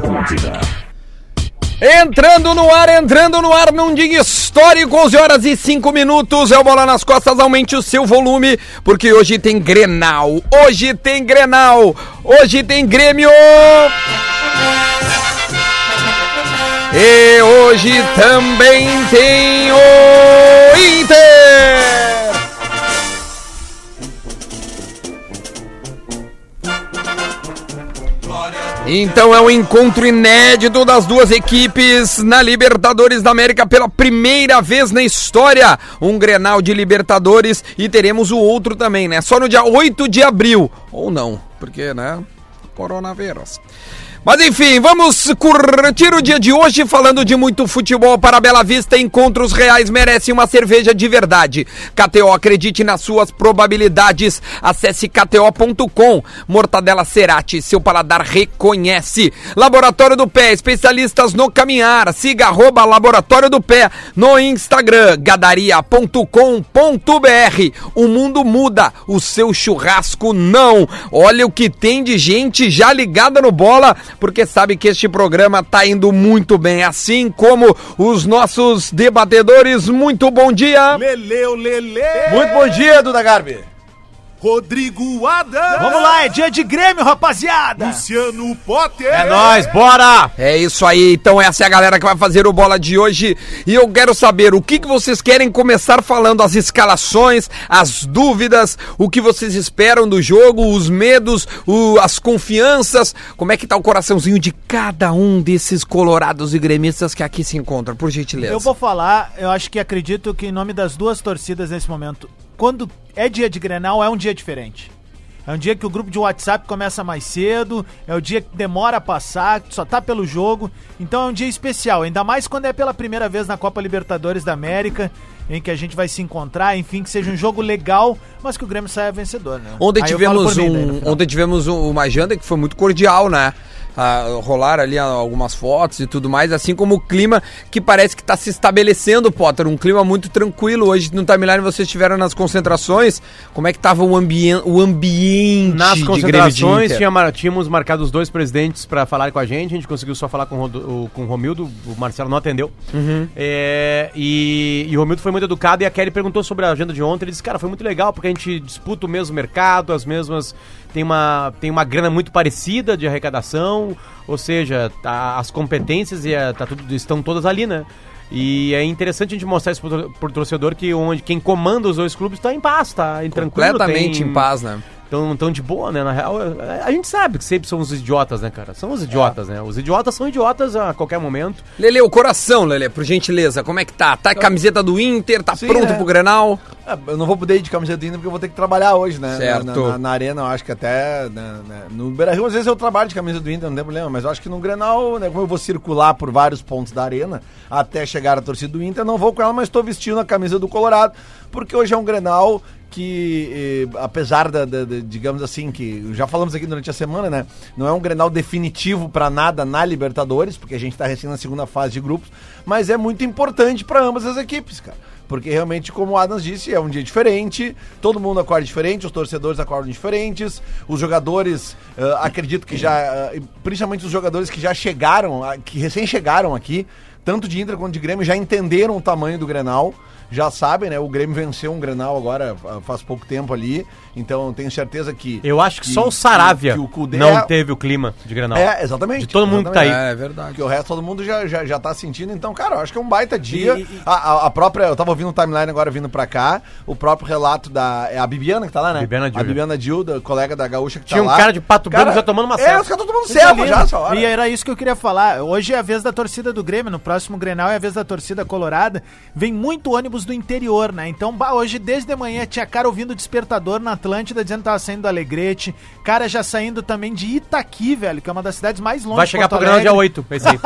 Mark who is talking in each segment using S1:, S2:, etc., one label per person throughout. S1: Atlântida. Entrando no ar, entrando no ar num dia histórico, 11 horas e 5 minutos. É o Bola nas Costas, aumente o seu volume, porque hoje tem Grenal. Hoje tem Grenal. Hoje tem Grêmio. E hoje também tem o Inter. Então é um encontro inédito das duas equipes na Libertadores da América pela primeira vez na história. Um Grenal de Libertadores e teremos o outro também, né? Só no dia 8 de abril. Ou não, porque, né? Coronavírus. Mas enfim, vamos curtir o dia de hoje falando de muito futebol para Bela Vista. Encontros reais merecem uma cerveja de verdade. KTO, acredite nas suas probabilidades. Acesse kto.com. Mortadela Cerati, seu paladar reconhece. Laboratório do Pé, especialistas no caminhar. Siga arroba Laboratório do Pé no Instagram, gadaria.com.br. O mundo muda, o seu churrasco não. Olha o que tem de gente já ligada no bola porque sabe que este programa está indo muito bem, assim como os nossos debatedores. Muito bom dia!
S2: Leleu, Lele.
S3: Muito bom dia, Duda Garbi.
S2: Rodrigo Adams.
S3: Vamos lá, é dia de Grêmio, rapaziada.
S2: Luciano Potter.
S3: É nóis, bora.
S1: É isso aí, então essa é a galera que vai fazer o bola de hoje. E eu quero saber o que, que vocês querem começar falando, as escalações, as dúvidas, o que vocês esperam do jogo, os medos, o- as confianças. Como é que tá o coraçãozinho de cada um desses colorados e gremistas que aqui se encontram, por gentileza?
S4: Eu vou falar, eu acho que acredito que em nome das duas torcidas nesse momento, quando é dia de Grenal, é um dia diferente. É um dia que o grupo de WhatsApp começa mais cedo, é o dia que demora a passar, que só tá pelo jogo. Então é um dia especial, ainda mais quando é pela primeira vez na Copa Libertadores da América, em que a gente vai se encontrar, enfim, que seja um jogo legal, mas que o Grêmio saia vencedor, né?
S1: Ontem
S4: Aí eu falo
S1: tivemos,
S4: por mim né? daí, no
S1: um,
S4: final.
S1: ontem tivemos um- uma janta que foi muito cordial, né? Ah, rolaram ali ah, algumas fotos e tudo mais, assim como o clima que parece que está se estabelecendo, Potter. Um clima muito tranquilo. Hoje no timeline vocês estiveram nas concentrações. Como é que estava o, ambien o ambiente
S3: Nas
S1: de Grêmio e de
S3: concentrações
S1: Inter?
S3: tinha mar- tínhamos marcado os dois presidentes pra falar com a gente, a gente conseguiu só falar com o Rodo- o, com o Romildo, o Marcelo não atendeu.
S1: Uhum.
S3: É, e, e o Romildo foi muito educado e a Kelly perguntou sobre a agenda de ontem, ele disse, cara, foi muito legal porque a gente disputa o mesmo mercado, as mesmas... Tem uma, tem uma grana muito parecida de arrecadação, ou seja, tá- as competências e a- tá tudo, estão todas ali, né? E é interessante a gente mostrar isso pro, tor- pro torcedor que onde quem comanda os dois clubes tá em paz, tá em tranquilo.
S1: Completamente
S3: tem-
S1: em paz, né?
S3: Tão, tão de boa, né? Na real, é- a gente sabe que sempre são os idiotas, né, cara? São os
S5: É.
S3: idiotas, né? Os idiotas são idiotas a qualquer momento.
S1: Lele, o coração, Lele, por gentileza, como é que tá? Tá a camiseta do Inter, tá
S5: Sim,
S1: pronto
S4: é.
S5: né?
S1: pro Grenal?
S5: Ah, Eu não vou poder ir de camiseta ainda porque eu vou ter que trabalhar hoje, né?
S1: Certo.
S5: Na, na- na arena, eu acho que até. né, né, No Beira Rio, às vezes eu trabalho de camisa do Inter, não tem problema. Mas eu acho que no Grenal, né? Como eu vou circular por vários pontos da arena até chegar à torcida do Inter, não vou com ela, mas estou vestindo a camisa do Colorado, porque hoje é um Grenal que, eh, apesar da, da- da- digamos assim, que já falamos aqui durante a semana, né? Não é um Grenal definitivo para nada na Libertadores, porque a gente tá recém na segunda fase de grupos, mas é muito importante para ambas as equipes, cara. Porque realmente, como o Adams disse, é um dia diferente, todo mundo acorda diferente, os torcedores acordam diferentes, os jogadores, eh, acredito que já, eh, principalmente os jogadores que já chegaram, ah, que recém chegaram aqui, tanto de Inter quanto de Grêmio, já entenderam o tamanho do Grenal, já sabem, né? O Grêmio venceu um Grenal agora ah, faz pouco tempo ali, então tenho certeza que...
S3: Eu acho que, só o Saravia
S5: que o Kudê-
S3: não teve o clima de Grenal.
S5: É, exatamente.
S3: De todo mundo que tá aí.
S5: exatamente.
S1: É, é verdade.
S5: Porque o resto todo mundo já, já, já tá sentindo. Então, cara, eu acho que é um baita dia.
S3: E- e-
S5: A, a- a própria. Eu tava ouvindo o timeline agora vindo pra cá. O próprio relato da. É a Bibiana que tá lá, né?
S3: Bibiana Gil.
S5: A Bibiana Dilda, colega da gaúcha que
S3: Tinha
S5: tá
S3: um
S5: lá.
S3: cara de Pato Branco já tomando uma
S5: É,
S3: selva.
S5: os caras tão tomando
S4: Coisa
S5: selva
S4: linda.
S5: já essa hora.
S4: E é, era isso que eu queria falar. Hoje é a vez da torcida do Grêmio, no próximo Grenal é a vez da torcida colorada. Vem muito ônibus do interior, né? Então, bah, hoje desde de manhã tinha cara ouvindo o despertador na Atlântida dizendo que tava saindo do Alegrete, cara já saindo também de Itaqui, velho, que é uma das cidades mais longe
S3: Vai
S4: de
S3: chegar
S4: Porto
S3: pro Grenal dia
S4: Alegre.
S3: 8, esse aí.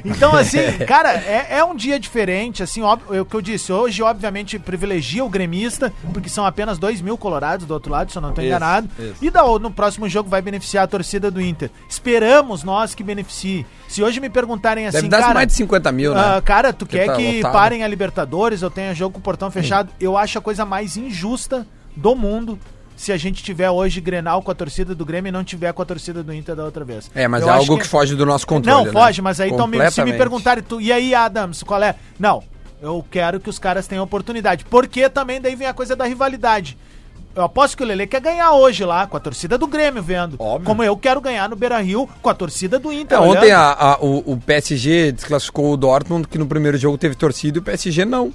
S4: Então, assim, cara, é, é um dia diferente, assim, óbvio, é o que eu disse, hoje, obviamente, privilegia o gremista, porque são apenas 2 mil colorados do outro lado, se eu não estou
S5: Isso,
S4: enganado,
S5: isso.
S4: e da, no próximo jogo vai beneficiar a torcida do Inter. Esperamos nós que beneficie. Se hoje me perguntarem assim,
S1: Deve dar
S4: cara...
S1: mais de 50 mil, né?
S4: ah, cara, tu
S1: Porque
S4: quer
S1: tá
S4: que
S1: lotado.
S4: parem a Libertadores, eu tenha jogo com o portão fechado? Eu acho a coisa mais injusta do mundo se a gente tiver hoje Grenal com a torcida do Grêmio e não tiver com a torcida do Inter da outra vez.
S1: É, mas
S4: Eu
S1: é
S4: acho
S1: algo que... foge do nosso controle. né?
S4: Não, foge, mas aí tão me, se me
S1: Completamente.
S4: perguntarem, tu, e aí, Adams, qual é? Não, eu quero que os caras tenham oportunidade. Porque também daí vem a coisa da rivalidade. Eu aposto que o Lele quer ganhar hoje lá, com a torcida do Grêmio vendo.
S1: Óbvio.
S4: Como eu quero ganhar no Beira Rio com a torcida do Inter.
S1: É, ontem
S4: Tá olhando.
S1: a- a- o, o PSG desclassificou o Dortmund, que no primeiro jogo teve torcida e o PSG não.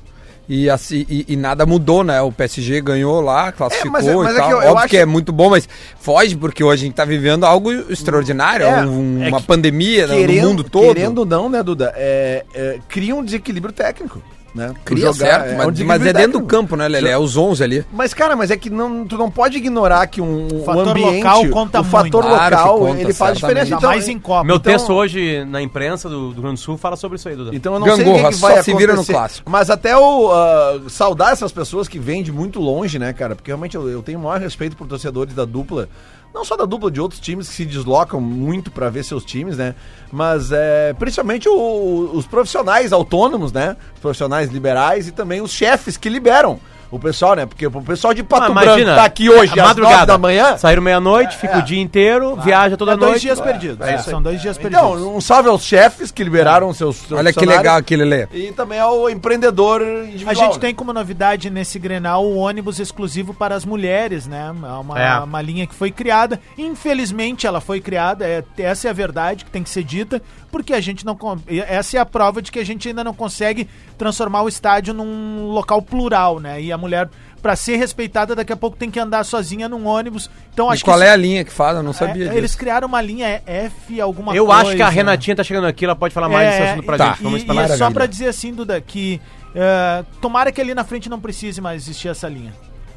S1: E, assim, e, e nada mudou, né? O PSG ganhou lá, classificou
S5: mas é- mas
S1: e
S5: é
S1: tal.
S5: que eu- eu
S1: Óbvio
S5: acho-
S1: que é muito bom, mas foge, porque hoje a gente tá vivendo algo extraordinário,
S5: É,
S1: um-
S5: é
S1: uma
S5: que-
S1: pandemia né, no mundo todo.
S5: Querendo ou não, né, Duda? É, é, cria um desequilíbrio técnico. Né? Tu
S1: Cria, certo,
S5: um
S1: mas, mas é,
S5: desequilíbrio
S1: dentro do
S5: técnico.
S1: campo, né, Lelé? É os 11 ali.
S5: Mas, cara, mas é que não, tu não pode ignorar que um, um
S4: fator
S5: ambiente,
S4: local conta
S5: o fator
S1: muito. Claro que
S5: local,
S1: conta,
S5: ele
S1: certamente.
S5: faz diferença.
S4: Ainda mais em Copa.
S3: Meu
S5: então-
S3: texto hoje na imprensa do, do Rio Grande do Sul fala sobre isso aí, Duda.
S5: Então eu não sei o que
S1: Gangorra,
S5: que, vai
S1: só se vira no
S5: acontecer.
S1: clássico.
S5: Mas até o ah, saudar essas pessoas que vêm de muito longe, né, cara? Porque realmente eu, eu tenho o maior respeito por torcedores da dupla. Não só da dupla, de outros times que se deslocam muito pra ver seus times, né? Mas é, principalmente o- os profissionais autônomos, né? Os profissionais liberais e também os chefes que liberam o pessoal, né? Porque o pessoal de Pato
S3: Ah,
S5: Branco tá aqui
S4: É
S5: hoje às nove da manhã.
S3: Saíram meia-noite, fica o dia inteiro, viaja toda
S4: É dois
S3: noite.
S4: dias perdidos.
S5: é
S4: é,
S5: isso aí.
S4: são dois dias perdidos.
S5: Então, um salve aos chefes que liberaram seus, seus
S1: Olha que
S5: funcionários.
S1: legal aquele Lelé.
S5: E também ao empreendedor
S4: A
S5: individual.
S4: gente
S5: né?
S4: tem como novidade nesse Grenal o ônibus exclusivo para as mulheres, né? É uma,
S3: É.
S4: uma linha que foi criada. Infelizmente, ela foi criada. é- essa é a verdade que tem que ser dita, porque a gente não. con- e Essa é a prova de que a gente ainda não consegue transformar o estádio num local plural, né? E a mulher, para ser respeitada, daqui a pouco tem que andar sozinha num ônibus. Então,
S1: E
S4: acho
S1: qual
S4: que
S1: é
S4: isso- é,
S1: a linha que faz? Eu não sabia disso.
S4: eles criaram uma linha F alguma
S3: Eu
S4: coisa.
S3: acho que
S5: é.
S3: a Renatinha tá chegando aqui, ela pode falar mais
S4: É,
S3: desse assunto pra
S1: tá.
S3: gente. Vamos
S4: e,
S3: pra
S4: e
S3: lá.
S4: é só
S1: Maravilha.
S4: pra dizer assim, Duda, que eh, tomara que ali na frente não precise mais existir essa linha.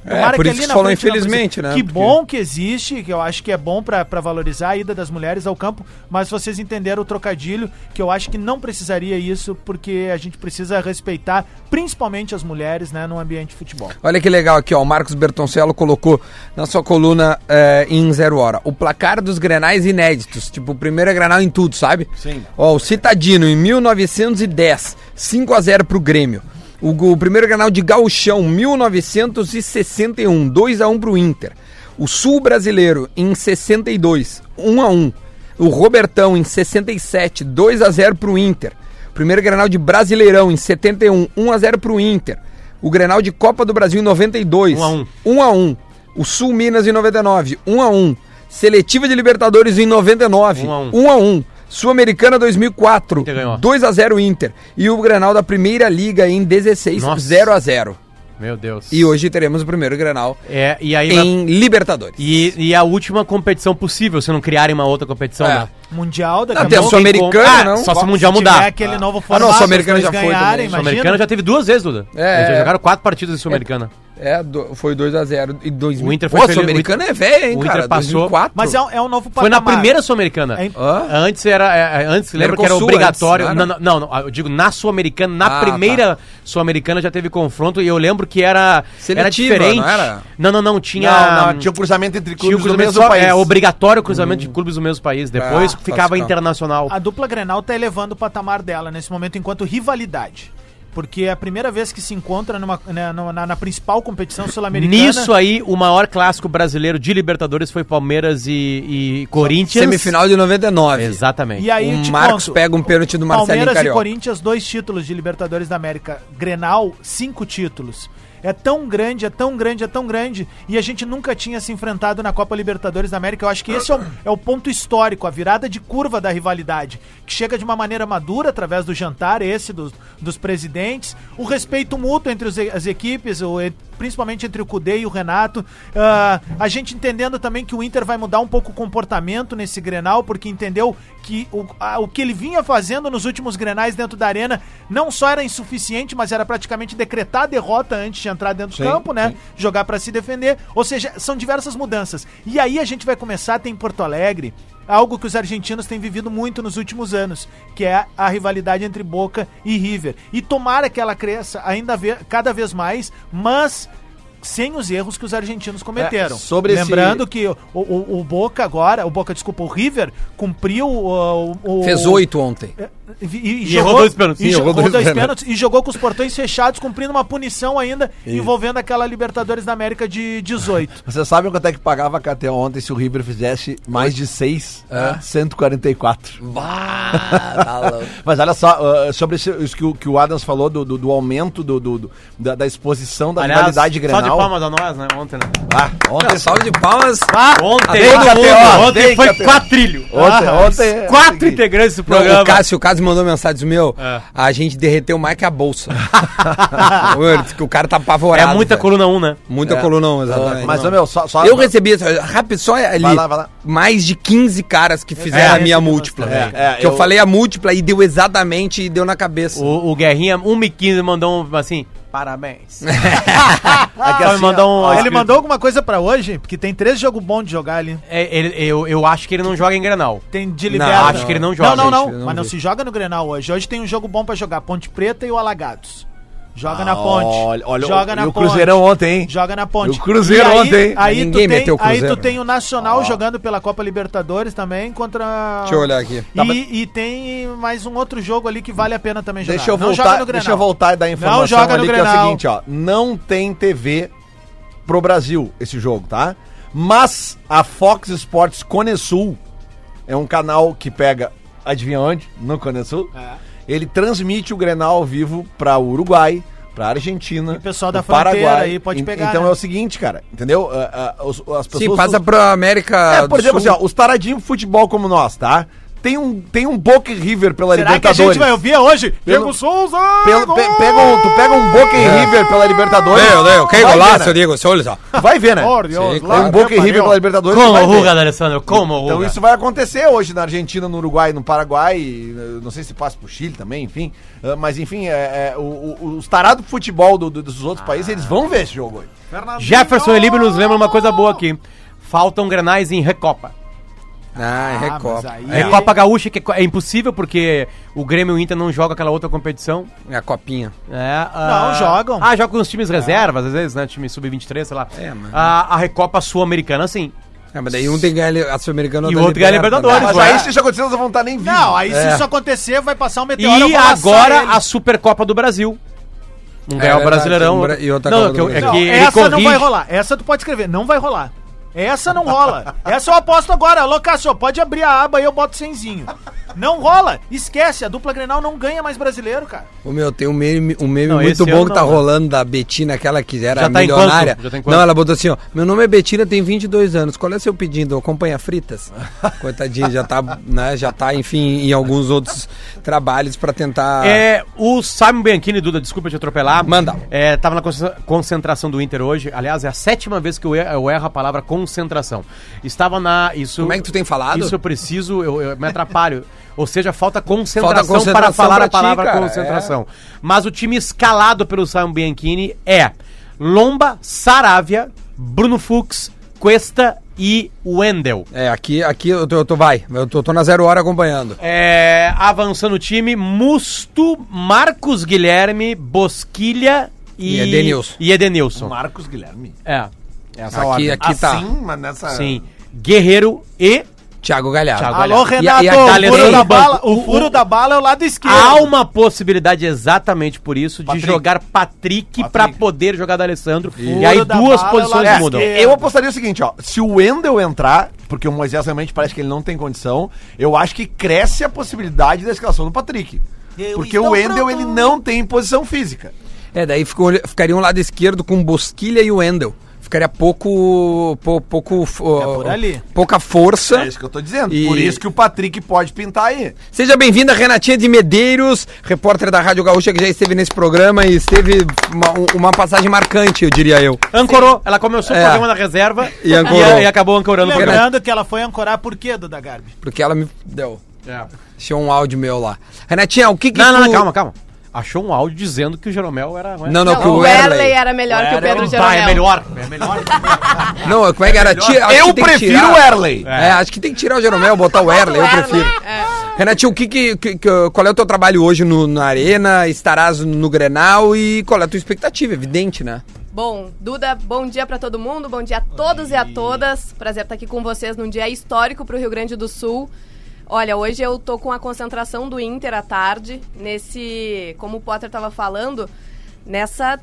S1: É, por isso que falou
S4: frente não
S1: infelizmente,
S4: precise.
S1: né?
S4: Que
S1: Porque-
S4: bom que existe, que eu acho que é bom pra pra valorizar a ida das mulheres ao campo, mas vocês entenderam o trocadilho, que eu acho que não precisaria isso, porque a gente precisa respeitar principalmente as mulheres, né, no ambiente de futebol.
S1: Olha que legal aqui, ó. O Marcos Bertoncello colocou na sua coluna eh, em zero hora. O placar dos grenais inéditos. Tipo, o primeiro é grenal em tudo, sabe?
S5: Sim.
S1: Ó, o Citadino em 1910, 5x0 pro Grêmio. O, go- o primeiro grenal de Gauchão, 1961, 2x1 pro Inter. O Sul Brasileiro em 62, 1x1. O Robertão em 67, 2x0 pro Inter. Primeiro Grenal de Brasileirão em 71, 1x0 pro Inter. O Grenal de Copa do Brasil em 92,
S3: 1x1.
S1: 1x1. O Sul Minas em 99, 1x1. Seletiva de Libertadores em 99,
S3: 1x1.
S1: 1x1. Sul-Americana 2004,
S3: Inter ganhou.
S1: 2x0 Inter. E o Grenal da Primeira Liga em 16,
S3: Nossa.
S1: 0x0.
S3: Meu Deus.
S1: E hoje teremos o primeiro Grenal
S3: É, e aí. vai-
S1: em Libertadores.
S3: E, e a última competição possível, se não criarem uma outra competição,
S1: É.
S3: né?
S4: Mundial da
S1: Não, tem a Sul-Americana,
S3: Ah,
S1: não?
S3: só se o Mundial mudar.
S4: aquele novo
S1: Ah, não, a Sul-Americana
S4: os dois
S1: já foi
S4: ganharem,
S1: também.
S3: O
S4: imagina.
S3: Sul-Americana já teve duas vezes, Duda.
S1: É,
S3: Eles já
S1: é.
S3: jogaram quatro partidas do Sul-Americana.
S1: É, do- foi 2x0. E 2000...
S3: O Inter foi
S1: Pô,
S3: feliz-
S1: Sul-Americana é velha, hein,
S3: o Inter
S1: cara?
S3: passou-
S1: 2004.
S4: Mas é um, é um novo
S3: Foi na
S4: patamar.
S3: primeira Sul-Americana.
S4: É imp-
S1: Hã?
S3: Antes era. é, é, Antes, lembra que era
S1: Mercosul
S3: obrigatório.
S1: antes, não
S3: não,
S1: era?
S3: não, não, eu digo na Sul-Americana. Na
S1: Ah,
S3: primeira Sul-Americana já teve confronto e eu lembro que era. era
S1: Seletiva,
S3: diferente.
S1: não era?
S3: não, não, não, Tinha.
S5: Não, não, tinha o cruzamento entre
S3: Tinha o
S5: clubes do
S3: cruzamento
S5: mesmo
S3: só,
S5: país.
S3: É obrigatório o cruzamento de clubes do mesmo país. Depois
S1: Ah,
S3: ficava
S1: classificado.
S3: internacional.
S4: A dupla Grenal tá elevando o patamar dela nesse momento enquanto rivalidade. Porque é a primeira vez que se encontra numa- né, no- na, na principal competição sul-americana.
S3: Nisso aí, o maior clássico brasileiro de Libertadores foi Palmeiras e, e Corinthians.
S1: Semifinal de 99.
S3: Exatamente.
S4: E aí, eu
S1: O
S4: te
S1: Marcos
S4: conto,
S1: pega um pênalti do Marcelinho
S4: Palmeiras e
S1: Carioca.
S4: Corinthians, dois títulos de Libertadores da América. Grenal, cinco títulos. É tão grande, é tão grande, é tão grande. E a gente nunca tinha se enfrentado na Copa Libertadores da América. Eu acho que esse é o, é o ponto histórico, a virada de curva da rivalidade. Que chega de uma maneira madura, através do jantar, esse dos, dos presidentes. O respeito mútuo entre os e- as equipes, o, e- principalmente entre o Cudê e o Renato. Ah, a gente entendendo também que o Inter vai mudar um pouco o comportamento nesse Grenal, porque entendeu que o, a- o que ele vinha fazendo nos últimos Grenais dentro da arena não só era insuficiente, mas era praticamente decretar a derrota antes de entrar dentro do campo, né? Jogar pra se defender. Ou seja, são diversas mudanças. E aí a gente vai começar a ter em Porto Alegre algo que os argentinos têm vivido muito nos últimos anos, que é a, a rivalidade entre Boca e River. E tomara que ela cresça ainda ve- cada vez mais, mas sem os erros que os argentinos cometeram.
S5: É, sobre esse-
S4: Lembrando que o, uh, o- o Boca agora, o Boca, desculpa, o River cumpriu o... o- o-
S1: Fez oito ontem.
S4: é, E,
S3: E errou dois pênaltis.
S4: E
S3: Sim,
S1: errou
S4: jogou
S1: dois
S4: dois
S1: pênaltis.
S4: pênaltis e jogou com os portões fechados, cumprindo uma punição ainda envolvendo aquela Libertadores da América de 18.
S5: Vocês sabem quanto é que pagava a KTO ontem se o River fizesse mais de É. 6? 144.
S1: Bah, tá louco.
S5: Mas olha só, ah, sobre esse- isso que o, que o Adams falou do, do- do aumento do, do- do- da, da exposição da rivalidade
S3: só de
S5: Grenal.
S3: palmas a nós, né? Ontem, né?
S5: Ah, ontem,
S1: Não, salve de palmas.
S3: Ontem,
S5: Vem,
S3: todo
S5: KTO,
S3: mundo, ontem
S5: vem,
S3: foi
S5: KTO.
S3: quatrilho.
S5: Ontem-
S3: Ah,
S5: ontem- é
S3: os quatro integrantes do
S1: Não,
S3: programa.
S1: o Cássio, o Cássio mandou mensagem, disse, meu,
S3: É.
S1: a gente derreteu mais que a bolsa. Ele disse que o cara tá apavorado.
S3: é muita
S1: velho.
S3: coluna 1, né?
S1: Muita
S5: É.
S1: colunão,
S5: Ah,
S1: exatamente.
S5: mas, ô, meu, só, só
S1: eu recebi, rápido, só ali,
S5: Vai lá, vai lá.
S1: mais de 15 caras que fizeram
S3: É,
S1: a minha
S4: recebi
S1: múltipla,
S5: bastante.
S1: velho.
S5: É, é,
S1: que eu...
S5: eu-
S1: falei a múltipla e deu exatamente, e deu na cabeça.
S3: O, o Guerrinha, 1h15, mandou um assim, parabéns.
S5: é que
S3: Só me
S5: assim,
S3: mandar
S5: ó,
S3: um-
S4: Ele
S3: escrito.
S4: mandou alguma coisa pra hoje? Porque tem três jogos bons de jogar ali.
S3: É, ele- eu, eu acho que ele não joga em Grenal.
S4: Tem de liberdade.
S3: acho que ele não joga,
S4: Não, não,
S1: gente, eu
S4: não.
S1: não
S4: Mas não
S1: vi.
S4: se joga no Grenal hoje. Hoje tem um jogo bom pra jogar. Ponte Preta e o Alagados. Joga
S5: Ah,
S4: na ponte.
S5: olha- olha
S4: joga
S5: o-
S4: na
S5: e o
S4: ponte.
S5: Cruzeirão ontem, hein?
S4: Joga na ponte.
S5: E o Cruzeiro
S4: E aí-
S5: ontem, hein?
S4: Aí, tu,
S1: Ninguém
S4: tem,
S1: meteu o
S4: aí
S1: Cruzeiro.
S4: tu tem o Nacional jogando pela Copa Libertadores também contra.
S1: Deixa eu olhar aqui.
S4: E,
S5: Tá, mas-
S4: e tem mais um outro jogo ali que vale a pena também jogar.
S5: Deixa eu,
S4: Não joga
S5: voltar,
S4: no Grenal.
S5: deixa eu voltar e dar a informação
S4: Não joga no
S5: ali, que é o
S4: Grenal.
S5: seguinte, ó. Não tem TV pro Brasil esse jogo, tá? Mas a Fox Sports Cone Sul é um canal que pega, adivinha onde? No Cone Sul.
S4: É.
S5: Ele transmite o Grenal ao vivo pra Uruguai, pra Argentina,
S4: E pessoal da
S5: pro
S4: fronteira aí pode
S5: En-
S4: pegar,
S5: Então
S4: né?
S5: é o seguinte, cara, entendeu? Ah, ah, os- as pessoas...
S1: Sim, passa pra América
S5: É, por
S1: do
S5: exemplo, assim,
S1: Sul.
S5: ó, os taradinhos de futebol como nós, tá? Tem um, tem um Boca e River pela
S4: Será que a
S5: Libertadores.
S4: gente vai ouvir hoje?
S5: Pelo-
S4: Diego Souza!
S5: Pelo-
S4: gol!
S5: pe- pega um- tu pega um Boca e River pela Libertadores.
S1: Meu Deus, que
S5: Vai ver,
S1: golaço,
S5: né?
S1: Diego, você olha só.
S5: Vai ver, né?
S4: Por Deus,
S1: Sim,
S5: Tem
S4: lá
S5: um Boca e
S4: que
S5: River
S4: pariu.
S5: pela Libertadores.
S3: Como
S5: vai
S3: o
S5: ver.
S3: Ruga, Alessandro, como o Ruga.
S5: Então isso vai acontecer hoje na Argentina, no Uruguai, no Paraguai, e, eh, não sei se passa pro Chile também, enfim. Ah, Mas enfim, é, é, o- o- os tarados do futebol do- do- dos outros países, eles vão ver esse jogo hoje.
S3: Jefferson Elibe nos lembra uma coisa boa aqui. Faltam granais em Recopa.
S1: Ah, é
S4: mas
S1: Recopa.
S4: aí-
S1: É,
S3: Recopa Gaúcha, que é impossível porque o Grêmio e o Inter não jogam aquela outra competição.
S1: é a copinha.
S3: É,
S4: Não, jogam.
S3: Ah, jogam com os times reservas, às vezes, né? Time sub-23, sei lá.
S1: É, mano.
S3: A, a Recopa Sul-Americana, assim.
S1: É, mas daí um tem que ganhar a Sul-Americana
S3: E outro ganha a Libertadores.
S5: Mas
S3: vai.
S5: aí se isso acontecer, vocês não vão estar nem vivo.
S4: Não, aí
S1: É.
S4: se isso acontecer, vai passar um meteoro. eu
S3: E
S4: vou laçar
S3: agora
S4: ele.
S3: a Supercopa do Brasil. Um
S1: É
S3: ganhar o
S1: verdade,
S3: Brasileirão.
S1: um bra- e outra
S3: não,
S1: Copa
S3: é
S1: do
S3: que, eu- é
S1: Brasil.
S4: Não,
S3: que ele
S4: essa não vai
S3: corrige.
S4: rolar. Essa tu pode escrever, não vai rolar. Essa não rola. Essa eu aposto agora. Alô, Cássio, pode abrir a aba e eu boto senzinho. Não rola. Esquece, a dupla Grenal não ganha mais brasileiro, cara.
S1: O meu, tem um meme, um meme
S3: Não,
S1: muito
S3: esse
S1: bom
S3: ano
S1: que tá
S3: não, né?
S1: rolando da Betina, aquela que era
S3: Já tá em
S1: milionária.
S3: quanto? Já tá em quanto?
S1: não, ela botou assim, ó. Meu nome é Betina, tem 22 anos. Qual é seu pedido? Acompanha fritas? Coitadinha, já tá, né, já tá, enfim, em alguns outros trabalhos pra tentar...
S3: É, o Simon Bianchini, Duda, desculpa te atropelar.
S1: Manda.
S3: É, tava na conce- concentração do Inter hoje. Aliás, é a sétima vez que eu er- eu erro a palavra concentração. Estava na. Isso,
S1: Como é que tu tem falado?
S3: Isso eu preciso, eu, eu me atrapalho. Ou seja, falta concentração,
S1: Falta concentração
S3: para falar
S1: pra
S3: a
S1: ti,
S3: palavra
S1: cara, é.
S3: concentração. Mas o time escalado pelo Simon Bianchini é Lomba, Saravia, Bruno Fux, Cuesta e Wendel.
S1: É, aqui, aqui eu tô, eu tô- vai, eu tô, tô na zero hora acompanhando.
S3: É, avançando o time, Musto, Marcos Guilherme, Bosquilha e,
S1: E Edenilson.
S3: E Edenilson.
S5: Marcos Guilherme.
S3: É. Essa
S1: Aqui,
S3: ordem.
S1: aqui tá.
S5: Assim, mas nessa...
S3: Sim. Guerreiro e
S1: Thiago Galhardo.
S3: Thiago
S4: Alô,
S3: Olha,
S4: Renato,
S1: e a- e a
S4: o, furo
S1: Galhardo
S4: da
S1: no
S4: bala,
S3: banco.
S4: o furo da bala é o lado esquerdo.
S3: há um uma possibilidade exatamente por isso de
S5: Patrick.
S3: jogar Patrick pra poder jogar da Alessandro. E
S4: Furo
S3: aí
S4: da
S3: duas
S4: bala,
S3: posições
S4: ela
S3: mudam.
S4: esquerda.
S5: É. Eu apostaria o seguinte, ó. Se o Wendel entrar, porque o Moisés realmente parece que ele não tem condição, eu acho que cresce a possibilidade da escalação do Patrick. porque o Wendel, ele não tem posição física.
S1: É, daí ficou, ficaria um lado esquerdo com Bosquilha e o Wendel. Ficaria pouco. pou- pouco
S3: É
S1: fo-
S4: por ali.
S1: Pouca força.
S5: É isso que eu tô dizendo.
S1: E-
S5: Por isso que o Patrick pode pintar aí.
S3: É,
S1: Seja bem-vinda, Renatinha de Medeiros, repórter da Rádio Gaúcha, que já esteve nesse programa e esteve uma, um- uma passagem marcante, eu diria eu.
S3: Ancorou. Ela começou o
S1: É.
S3: programa na reserva
S1: E ancorou.
S3: e, e acabou ancorando o programa.
S4: Lembrando que ela foi ancorar por quê, Duda Garbi?
S1: Porque ela me deu. Deixou um áudio meu lá. Renatinha, o que que
S3: Não, não,
S1: tu-
S3: não, calma, calma. Achou um áudio dizendo que o Jeromel era...
S1: Não, não, que
S6: o
S1: o
S6: Werley
S1: Erley.
S6: era melhor que o Pedro Jeromel.
S3: Pai, é melhor. É melhor.
S1: Não, como é que era? Tira- acho que
S5: eu
S1: tem que
S5: prefiro
S1: tirar.
S5: o Erley.
S1: É, acho que tem que tirar o Jeromel, botar o Erley, eu
S6: Werley,
S1: prefiro.
S6: é.
S1: Renatinho, o que que, que- que- qual é o teu trabalho hoje no- na Arena? Estarás no Grenal e qual é a tua expectativa? Evidente, né?
S6: Bom, Duda, bom dia pra todo mundo, bom dia a todos e a todas. Prazer estar aqui com vocês num dia histórico pro Rio Grande do Sul. Olha, hoje eu tô com a concentração do Inter à tarde, nesse, como o Potter estava falando, nessa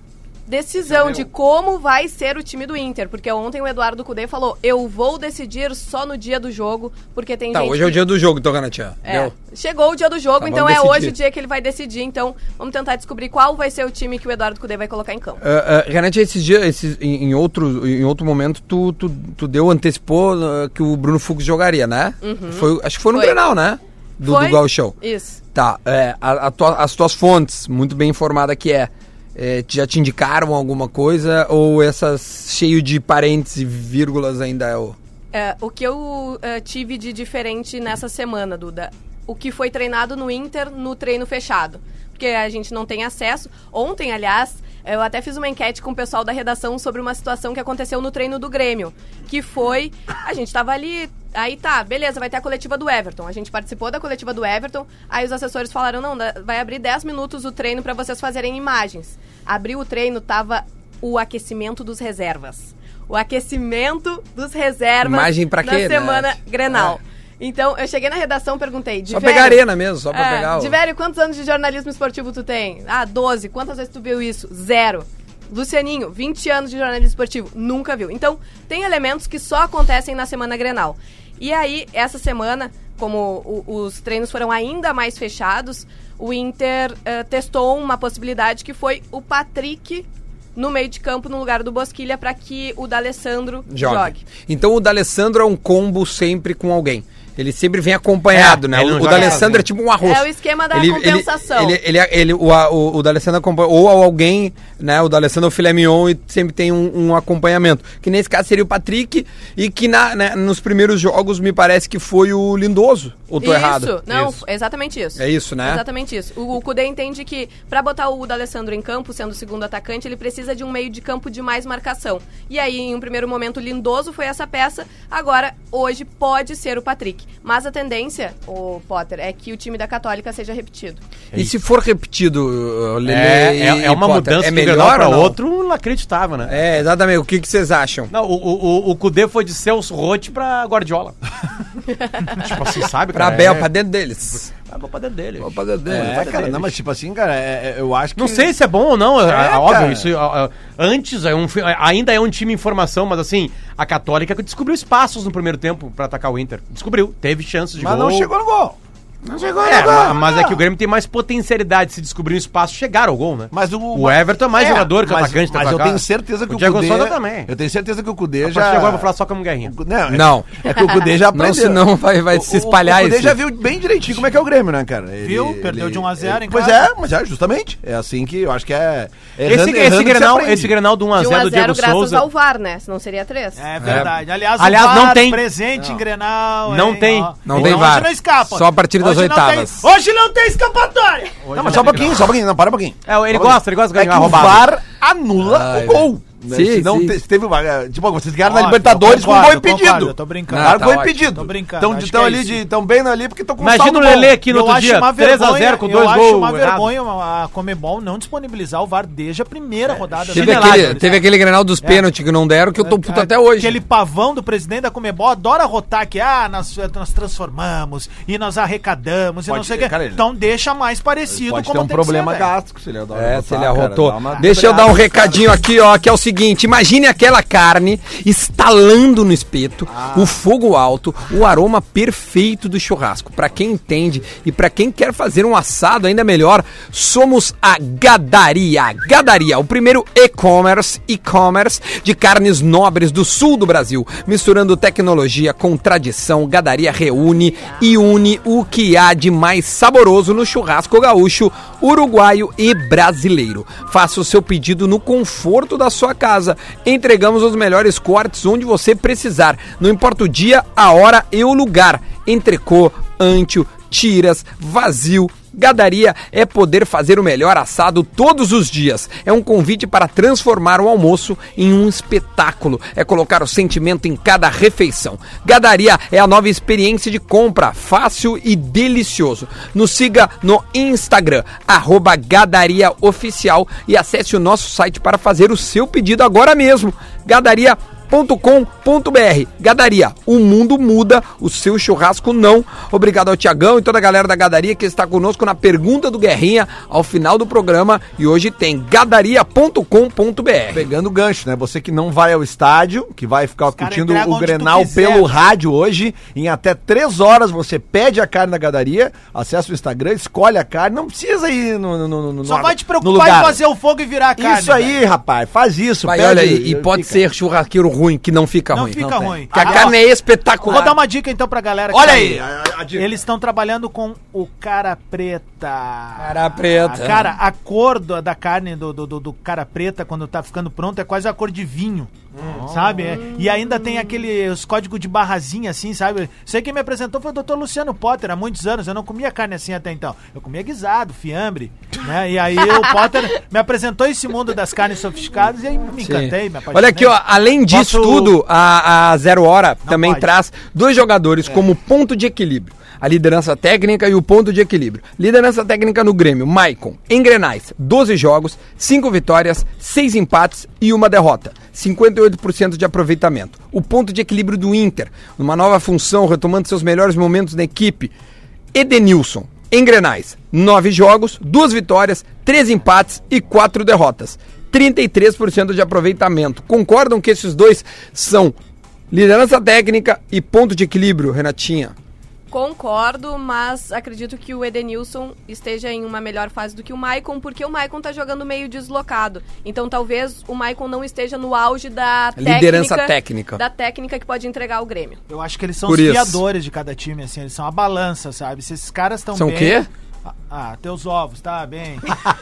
S6: decisão de como vai ser o time do Inter, porque ontem o Eduardo Cudê falou: "Eu vou decidir só no dia do jogo, porque tem
S1: Tá,
S6: gente
S1: hoje é o
S6: que-
S1: dia do jogo, então, Ganatia.
S6: É, chegou o dia do jogo,
S1: Tá,
S6: então
S1: vamos
S6: é
S1: decidir.
S6: hoje o dia que ele vai decidir. Então, vamos tentar descobrir qual vai ser o time que o Eduardo Cudê vai colocar em campo.
S1: Uh, Renato, esses dias, esses, em, em outro, em outro momento, tu, tu, tu deu, antecipou uh, que o Bruno Fux jogaria, né? Foi, acho que foi no
S6: Foi.
S1: Grenal, né? Do,
S6: Foi?
S1: do Galchão.
S6: Isso.
S1: Tá, é, a- a tua- as tuas fontes, muito bem informada que é, é, te- já te indicaram alguma coisa ou essas cheio de parênteses e vírgulas ainda é o...
S6: É, o que eu é, tive de diferente nessa semana, Duda? O que foi treinado no Inter no treino fechado. Porque a gente não tem acesso. Ontem, aliás, eu até fiz uma enquete com o pessoal da redação sobre uma situação que aconteceu no treino do Grêmio. Que foi. A gente tava ali. Aí tá, beleza, vai ter a coletiva do Everton. A gente participou da coletiva do Everton. Aí os assessores falaram: não, da- vai abrir 10 minutos o treino para vocês fazerem imagens. Abriu o treino, tava o aquecimento dos reservas. O aquecimento dos reservas.
S1: Imagem pra quê, né? É.
S6: Na semana Grenal. Então, eu cheguei na redação perguntei. de
S1: Só
S6: velho-
S1: pegar arena mesmo, só pra
S6: É,
S1: pegar o...
S6: De velho, quantos anos de jornalismo esportivo tu tem? Ah, 12. Quantas vezes tu viu isso? Zero. Lucianinho, 20 anos de jornalismo esportivo. Nunca viu. Então, tem elementos que só acontecem na semana Grenal. E aí, essa semana, como o- os treinos foram ainda mais fechados, o Inter eh, testou uma possibilidade que foi o Patrick no meio de campo, no lugar do Bosquilha, para que o D'Alessandro
S1: Joga.
S6: jogue.
S1: Então o D'Alessandro é um combo sempre com alguém. Ele sempre vem acompanhado,
S3: É,
S1: né?
S3: ele não
S1: O, o
S3: joga
S1: D'Alessandro
S3: sozinho.
S1: é tipo um arroz.
S6: É o esquema da compensação.
S1: Ele, ele, é, ele, o, a- o, o D'Alessandro acompanha, ou alguém, né? O D'Alessandro é o filé mignon e sempre tem um, um acompanhamento. Que nesse caso seria o Patrick e que na, né, nos primeiros jogos me parece que foi o Lindoso. Ou tô
S6: isso,
S1: errado?
S6: não,
S1: Isso.
S6: é exatamente isso.
S1: É isso, né?
S6: Exatamente isso. O, o Kudê entende que pra botar o D'Alessandro em campo, sendo o segundo atacante, ele precisa de um meio de campo de mais marcação. E aí, em um primeiro momento, o Lindoso foi essa peça, agora, hoje, pode ser o Patrick. Mas a tendência, o Potter, é que o time da Católica seja repetido.
S1: E se for repetido, uh, Lele
S3: É,
S1: e
S3: é, é uma
S1: Potter,
S3: mudança
S1: é
S3: de um
S1: melhor
S3: para
S1: ou não?
S3: outro inacreditável, né?
S1: É, exatamente. O que, que vocês acham?
S3: Não, o, o, o- o Kudê foi de Celso Rotti pra Guardiola. tipo assim, sabe?
S1: Pra
S3: cara?
S1: Bel,
S3: É,
S1: pra dentro deles.
S3: pra- pra dentro dele.
S1: Pra dentro deles.
S5: É, cara, não, mas tipo assim, cara, é- é- eu acho que.
S3: Não sei se é bom ou não, é,
S5: É,
S3: óbvio.
S5: cara.
S3: Isso, ó, ó, antes, é um fi- ainda é um time em formação, mas assim, a Católica descobriu espaços no primeiro tempo pra atacar o Inter. Descobriu, teve chances de
S5: Mas
S3: gol.
S5: não chegou no gol.
S3: Não chegou, é, ma- mas é que o Grêmio tem mais potencialidade de se descobrir um espaço, chegar ao gol, né?
S5: Mas o,
S3: O Everton é mais jogador que o
S5: mas,
S3: atacante, tá
S5: Mas eu
S3: pra cá.
S5: tenho certeza que
S3: O
S5: o,
S3: Diego
S5: Cudê...
S3: Souza também.
S5: Eu tenho certeza que o
S3: A
S5: Cudê
S3: partir
S5: já...
S3: de agora eu vou falar só como guerrinha.
S5: Não, é-
S1: Não.
S5: É que o Cudê já
S1: Não,
S5: aprendeu.
S1: senão vai- vai
S5: O-
S1: se espalhar
S5: O, o Cudê
S1: esse-
S5: já viu bem direitinho como é que é o Grêmio, né, cara? Ele-
S4: Viu? Perdeu de 1 a 0
S5: ele-
S4: em
S5: Pois é,
S4: casa.
S5: mas é justamente. É assim que eu acho que é... errando-
S3: Esse,
S5: errando
S3: esse,
S5: que se
S3: Grenal,
S5: aprende.
S3: esse Grenal do 1x0
S6: de 1 a
S3: do
S6: 0
S3: Diego
S6: graças
S3: Souza.
S6: ao VAR, né? Senão seria 3.
S4: É verdade. Aliás,
S3: Aliás, não tem.
S4: presente em Grenal.
S3: Não
S4: hein,
S3: tem.
S4: ó.
S1: Não tem
S4: Hoje
S1: VAR.
S4: não escapa.
S1: Só a partir das
S4: Hoje não tem-
S1: oitavas.
S4: hoje não tem escapatória.
S5: Não, mas só um pouquinho, só um pouquinho. Não, para um pouquinho.
S3: É, ele
S5: Só um
S3: gosta,
S5: pouquinho.
S3: ele gosta de ganhar
S5: é que
S3: roubado.
S5: o VAR anula
S1: Ai,
S5: o gol. né?
S1: Sim,
S5: se não
S1: sim.
S5: te- se teve uma, é, tipo, vocês ganharam na
S4: Óbvio,
S5: Libertadores
S4: eu
S5: com um gol
S4: concordo, eu concordo,
S5: impedido.
S4: eu tô brincando.
S5: Ganharam
S1: Tá
S5: com gol
S1: ótimo.
S5: impedido.
S4: Tô brincando,
S5: Tão,
S4: acho
S5: de- tão
S4: que é
S5: ali
S4: isso.
S5: de, tão bem ali porque um estão com
S3: Imagina
S5: saldo
S3: o
S5: bom.
S3: Lele aqui no outro dia, 3x0 com dois
S4: eu
S3: gols.
S4: acho uma
S3: errados.
S4: vergonha a Comebol não disponibilizar o VAR desde a primeira rodada. da
S1: Teve
S3: Chinelagem,
S1: aquele,
S3: né?
S1: teve aquele Grenal
S5: É.
S1: dos pênaltis que não deram, que eu tô puto até hoje.
S4: Aquele pavão do presidente da Comebol adora rotar que ah, nós, nós transformamos e nós arrecadamos e
S5: Pode
S4: não sei o
S5: ter,
S4: que.
S5: cara, ele-
S4: então deixa mais parecido
S5: Pode ter
S4: como
S5: um
S4: tem que ser,
S5: problema
S4: velho.
S5: gástrico se ele adorar
S1: É, se ele
S5: botar, cara,
S1: arrotou.
S5: dá uma-
S1: Deixa eu dar um recadinho aqui, ó, que é o seguinte: imagine aquela carne estalando no espeto,
S5: Ah.
S1: o fogo alto, o aroma perfeito do churrasco. Pra quem entende e pra quem quer fazer um assado ainda melhor, somos a Gadaria. Gadaria, o primeiro e-commerce, e-commerce de carnes nobres do sul do Brasil, misturando tecnologia com tradição. Gadaria reúne e une o que há de mais saboroso no churrasco gaúcho, uruguaio e brasileiro. Faça o seu pedido no conforto da sua casa. Entregamos os melhores cortes onde você precisar, não importa o dia, a hora e o lugar. Entrecô, antio, tiras, vazio. Gadaria é poder fazer o melhor assado todos os dias. É um convite para transformar o almoço em um espetáculo. É colocar o sentimento em cada refeição. Gadaria é a nova experiência de compra, fácil e delicioso. Nos siga no Instagram, arroba gadariaoficial e acesse o nosso site para fazer o seu pedido agora mesmo. Gadaria gadaria.com.br. Gadaria, o mundo muda, o seu churrasco não. Obrigado ao Tiagão e toda a galera da Gadaria que está conosco na pergunta do Guerrinha ao final do programa. E hoje tem gadaria.com.br.
S5: Pegando o gancho, né? Você que não vai ao estádio, que vai ficar
S4: caras
S5: curtindo
S4: entregam
S5: o
S4: onde tu
S5: Grenal
S4: quiser.
S5: pelo rádio hoje, em até três horas você pede a carne na gadaria, acessa o Instagram, escolhe a carne, não precisa ir no, no, no, no
S4: Só
S5: no-
S4: vai te
S5: no
S4: preocupar
S5: lugar.
S4: em fazer o fogo e virar a carne.
S5: Isso aí,
S4: velho.
S5: rapaz, faz isso.
S1: Vai,
S5: pede
S1: olha aí, e pode
S5: fica.
S1: ser churrasqueiro ruim, que não fica
S4: Não
S1: ruim.
S4: fica
S5: tem.
S4: ruim.
S1: Que a
S4: Ah,
S1: carne é
S4: ó, Vou
S1: espetacular.
S4: dar uma dica então pra galera. que
S1: Olha
S4: tá
S1: aí,
S5: a- a dica.
S4: Eles estão trabalhando com o cara preta. Cara
S1: preta.
S4: Cara, a cor do- da carne do, do, do- do cara preta, quando tá ficando pronto, é quase a cor de vinho. Sabe? É, E ainda tem aqueles códigos de barrazinha, assim, sabe? Sei quem me apresentou foi o Dr. Luciano Potter, há muitos anos. Eu não comia carne assim até então. Eu comia guisado, fiambre. Né? E aí o Potter me apresentou esse mundo das carnes sofisticadas e aí me
S1: Sim.
S4: encantei, me apaixonei.
S1: Olha aqui, ó, além disso
S4: Posso-
S1: tudo, a, a Zero Hora também
S4: pode.
S1: traz dois jogadores como ponto de equilíbrio. A liderança técnica e o ponto de equilíbrio. Liderança técnica no Grêmio, Maicon, em Grenais, 12 jogos, 5 vitórias, 6 empates e uma derrota. 58% de aproveitamento. O ponto de equilíbrio do Inter, numa nova função, retomando seus melhores momentos na equipe. Edenilson, em Grenais, 9 jogos, 2 vitórias, 3 empates e 4 derrotas. 33% de aproveitamento. Concordam que esses dois são liderança técnica e ponto de equilíbrio, Renatinha?
S6: Concordo, mas acredito que o Edenilson esteja em uma melhor fase do que o Maicon, porque o Maicon tá jogando meio deslocado. Então talvez o Maicon não esteja no auge da
S1: Liderança
S6: técnica-
S1: técnica.
S6: Da técnica que pode entregar o Grêmio.
S4: Eu acho que eles são
S1: Por
S4: os
S1: isso.
S4: fiadores de cada time, assim, eles são a balança, sabe? Se esses caras estão
S1: São
S4: bem.
S1: o quê?
S4: Ah, teus ovos, tá bem.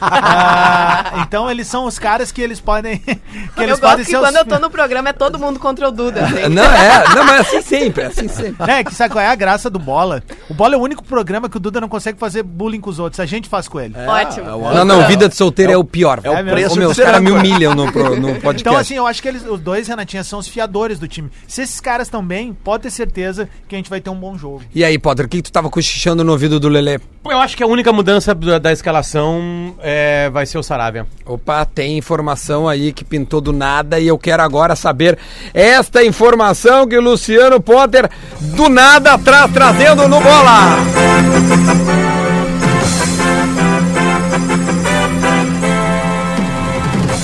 S4: Ah, então eles são os caras que eles podem. Que eles
S6: eu
S4: podem
S6: gosto
S4: ser
S6: que
S4: os.
S6: quando eu tô no programa é todo mundo contra o Duda. assim.
S1: Não, é, não, mas assim sempre, assim sempre.
S4: É, que sabe qual é a graça do Bola? O Bola é o único programa que o Duda não consegue fazer bullying com os outros, a gente faz com ele.
S1: É.
S6: Ótimo.
S1: Não, não, vida de solteiro é o pior. É
S4: o preço
S1: meu,
S5: de
S1: os
S5: ser
S1: caras me
S5: âncora.
S1: humilham no, pro- no podcast.
S4: Então, assim, eu acho que eles, os dois, Renatinha, são os fiadores do time. Se esses caras estão bem, pode ter certeza que a gente vai ter um bom jogo.
S1: E aí, Potter, o que, que tu tava cochichando no ouvido do Lelê?
S3: Eu acho que a única mudança da, da escalação é, vai ser o Saravia.
S1: Opa, tem informação aí que pintou do nada e eu quero agora saber esta informação que o Luciano Potter do nada traz trazendo no bola.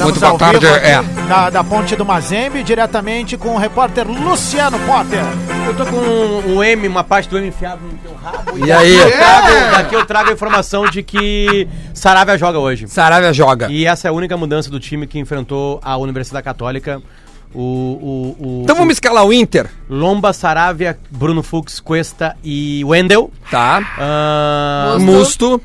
S1: Muito boa
S4: ao vivo
S1: tarde,
S4: aqui
S1: é.
S4: Da, da Ponte do Mazembe, diretamente com o repórter Luciano Potter.
S3: Eu tô com um, um M, uma parte do M enfiado no teu rabo.
S1: E aí?
S3: Eu trago, daqui eu trago a informação de que Saravia joga hoje.
S1: Saravia joga.
S3: E essa é a única mudança do time que enfrentou a Universidade Católica. O, o, o,
S1: Então vamos escalar o Inter,
S3: Lomba, Saravia, Bruno Fux, Cuesta e Wendel.
S1: tá?
S3: Ah,
S1: Musto,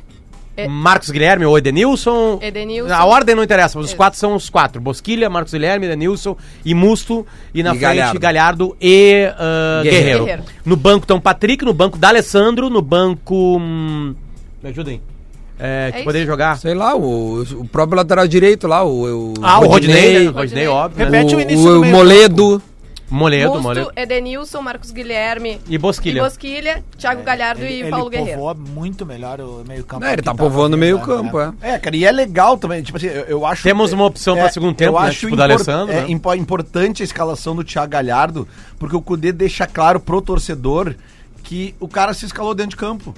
S3: É. Marcos Guilherme ou Edenilson.
S6: Edenilson.
S3: A ordem não interessa, mas os quatro são os quatro. Bosquilha, Marcos Guilherme, Edenilson e Musto. E na
S1: E
S3: frente,
S1: Galhardo.
S3: Galhardo, e ah,
S1: Guerreiro.
S3: Guerreiro.
S6: Guerreiro.
S3: No banco estão Patrick, no banco D'Alessandro, no banco... hum, me ajudem. É, que
S6: isso?
S3: poderia jogar.
S1: sei lá, o, o próprio lateral direito lá, o, o
S3: Ah, o Rodinei. né?
S1: Rodinei,
S3: Rodinei, óbvio. né?
S4: Repete o início
S1: o,
S4: do
S1: o
S4: meio
S1: Moledo.
S3: Moledo, Moledo.
S6: Musto, Edenilson, Marcos Guilherme
S3: E Bosquilha.
S6: e Bosquilha, Thiago Galhardo e Paulo Guerreiro.
S4: É, povoa muito melhor o meio-campo.
S1: Não, ele
S4: do que
S1: tá
S4: tava
S1: povoando o meio
S4: jogando,
S1: campo,
S4: né?
S1: é.
S5: É, cara, e é legal também, tipo assim, eu, eu acho... é,
S3: Temos uma opção pra segundo tempo,
S5: eu
S3: né?
S5: acho
S3: Tipo, da Alessandro,
S5: É
S3: né?
S5: impo- importante a escalação do Thiago Galhardo, porque o Cudê deixa claro pro torcedor que o cara se escalou dentro de campo.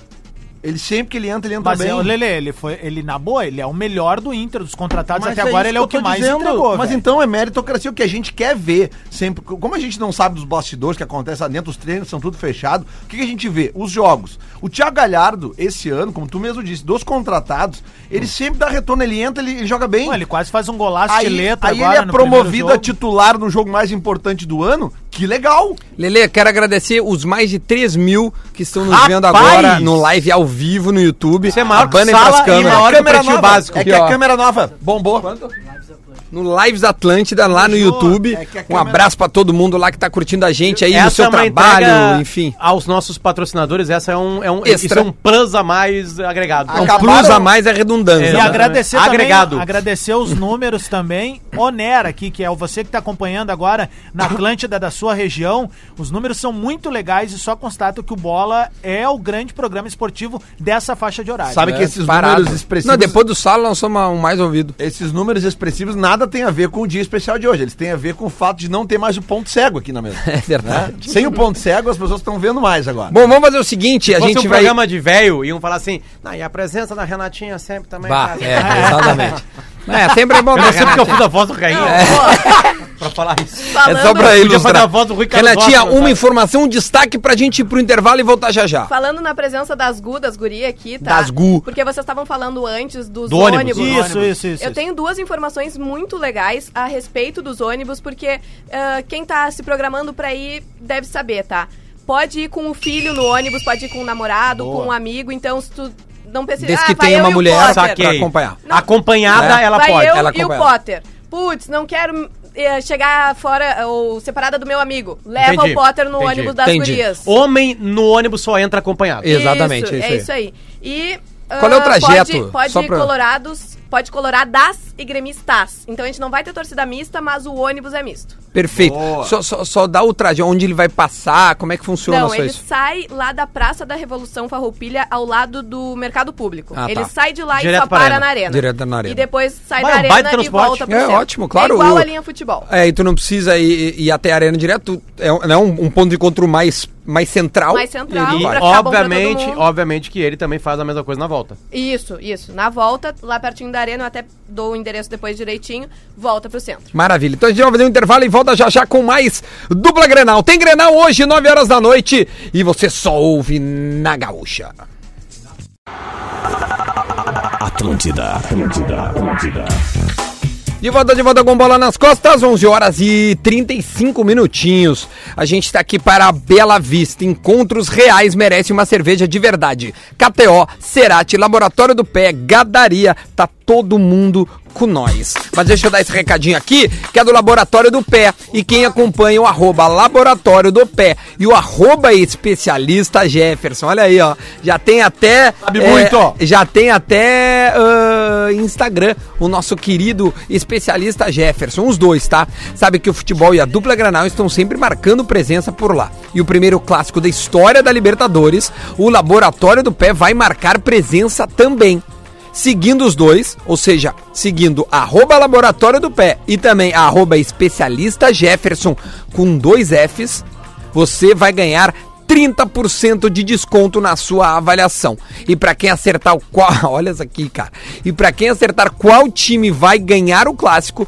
S5: Ele sempre que ele entra, ele entra
S4: Mas
S5: bem.
S4: é, o Lele, ele foi, ele na boa, ele é o melhor do Inter, dos contratados até
S5: é
S4: agora,
S5: isso
S4: ele é o
S5: eu
S4: que
S5: tô
S4: mais
S5: dizendo.
S4: entregou.
S5: Mas
S4: velho.
S5: então é meritocracia o que a gente quer ver sempre. Como a gente não sabe dos bastidores que acontece lá dentro, os treinos são tudo fechados, o que, que a gente vê? Os jogos. O Thiago Galhardo, esse ano, como tu mesmo disse, dos contratados, ele sempre dá retorno, ele entra, ele, ele joga bem.
S4: Pô, ele quase faz um golaço
S5: Aí,
S4: de letra
S5: aí
S4: agora
S5: ele é
S4: no primeiro
S5: promovido a
S4: jogo.
S5: titular no jogo mais importante do ano. Que legal!
S1: Lele, quero agradecer os mais de 3 mil que estão nos
S5: Rapaz!
S1: vendo agora no live ao vivo no YouTube. Você
S3: é maior que sala e
S1: câmeras.
S3: maior
S1: É a
S3: que
S1: câmera
S3: Pretinho
S1: nova.
S3: Básico.
S1: É
S5: É
S1: que
S5: que
S1: ó,
S5: a câmera nova bombou.
S1: no Lives Atlântida lá no
S5: Fechou.
S1: YouTube.
S5: É que a
S1: Um
S5: câmera-
S1: abraço pra todo mundo lá que tá curtindo a gente aí no seu
S3: é uma
S1: trabalho,
S3: entrega
S1: enfim.
S3: Aos nossos patrocinadores, essa é um, é um,
S1: Extra.
S3: Isso é um plus a mais agregado.
S1: Um
S5: Acabaram-
S1: plus a mais é redundância.
S4: E
S1: né?
S3: Exatamente.
S4: agradecer
S3: Agregado.
S4: também, agradecer os números também. Onera aqui, que é o você que está acompanhando agora na Atlântida da sua região. Os números são muito legais e só constato que o Bola é o grande programa esportivo dessa faixa de horário.
S5: Sabe que esses
S1: É, Parado.
S5: números expressivos.
S1: Não, depois do sala nós somos o um mais ouvido.
S5: Esses números expressivos nada nada tem a ver com o dia especial de hoje. Eles têm a ver com o fato de não ter mais o ponto cego aqui na mesa.
S1: É verdade.
S5: Né? Sem o ponto cego, as pessoas estão vendo mais agora.
S1: Bom, vamos fazer o seguinte, a
S3: fosse
S1: gente
S3: um
S1: vai...
S3: programa de velho, iam falar assim, "Ah, e a presença da Renatinha sempre também.
S1: Bah,
S3: faz-"
S1: é, exatamente. É, sempre é bom.
S3: Cara, sempre que eu
S1: Renatinha.
S3: fui da voz do Rainha. pra falar isso.
S1: É só
S6: Falando-
S1: pra
S3: Podia fazer a
S1: ilustrar.
S3: voz do Rui Carlos
S1: Renatinha,
S3: Horta,
S1: uma
S3: sabe?
S1: informação, um destaque pra gente ir pro intervalo e voltar já já.
S6: Falando na presença das Gu, das guri aqui, tá?
S1: Das gu.
S6: Porque vocês estavam falando antes dos
S3: Do ônibus.
S6: ônibus.
S4: Isso, isso, isso.
S6: Eu
S4: isso.
S6: tenho duas informações muito legais a respeito dos ônibus, porque ah, quem tá se programando pra ir deve saber, tá? Pode ir com o filho no ônibus, pode ir com o namorado, com um amigo, então se tu não precisa... Ah,
S1: Desde que
S6: vai
S1: tenha
S6: eu
S1: uma
S6: e o
S1: mulher,
S6: Potter.
S1: pra
S3: Saquei.
S1: acompanhar.
S6: Não.
S3: Acompanhada,
S1: Né?
S3: ela
S6: vai
S3: pode.
S6: eu
S1: ela
S6: e o
S1: acompanha.
S6: Potter. Putz, não quero eh, chegar fora ou separada do meu amigo. Leva
S3: Entendi.
S6: o Potter no
S3: Entendi.
S6: ônibus das
S1: Entendi.
S6: gurias.
S3: Homem no ônibus só entra acompanhado.
S1: Exatamente,
S6: isso,
S1: é isso
S6: é
S1: aí.
S6: isso aí. E ah,
S1: Qual é o trajeto?
S6: Pode, pode
S1: Só
S6: ir
S1: pra-
S6: colorados, pode coloradas e gremistas. Então a gente não vai ter torcida mista, mas o ônibus é misto.
S1: Perfeito. Só, só, só dá o traje, onde ele vai passar, como é que funciona
S6: não,
S1: só
S6: ele
S1: isso?
S6: sai lá da Praça da Revolução Farroupilha ao lado do Mercado Público.
S1: Ah, tá.
S6: Ele sai de lá
S3: Direto
S6: e só
S3: pra
S6: para
S3: arena.
S6: na arena.
S1: Direto na arena.
S6: E depois sai
S3: Vai,
S6: da
S3: um baita
S6: arena e
S3: transporte.
S6: volta pro
S1: É
S6: centro.
S1: ótimo, claro,
S6: É igual
S1: o-
S6: a linha futebol.
S1: É, e tu não precisa ir, ir até a arena direto, tu- é, um- não é um, um ponto de encontro mais, mais central.
S6: Mais
S1: E
S6: central,
S1: ele
S3: E
S1: vai.
S6: pra- ficar bom todo
S3: obviamente,
S6: mundo.
S3: obviamente que ele também faz a mesma coisa na volta.
S6: Isso, isso. Na volta, lá pertinho da arena, eu até dou o endereço depois direitinho, volta pro centro.
S1: Maravilha. Então a gente vai fazer um intervalo e volta já já com mais dupla Grenal. Tem Grenal hoje, 9 horas da noite, e você só ouve na Gaúcha.
S7: Atlântida, Atlântida, Atlântida.
S1: De volta, de volta com bola nas costas, 11 horas e 35 minutinhos. A gente tá aqui para a Bela Vista. Encontros reais merece uma cerveja de verdade. KTO, Cerati, Laboratório do Pé, Gadaria, tá todo mundo com nós. Mas deixa eu dar esse recadinho aqui, que é do Laboratório do Pé. E quem acompanha o arroba Laboratório do Pé e o arroba especialista Jefferson. Olha aí, ó. Já tem até. é,
S3: Sabe muito, ó.
S1: Já tem até ah, Instagram o nosso querido especialista Jefferson, os dois, tá? Sabe que o futebol e a dupla Granal estão sempre marcando presença por lá. E o primeiro clássico da história da Libertadores, o Laboratório do Pé vai marcar presença também. Seguindo os dois, ou seja, seguindo arroba Laboratório do Pé e também arroba especialista Jefferson com dois Fs, você vai ganhar 30% de desconto na sua avaliação. E pra quem acertar o qual, olha isso aqui, cara. E pra quem acertar qual time vai ganhar o clássico,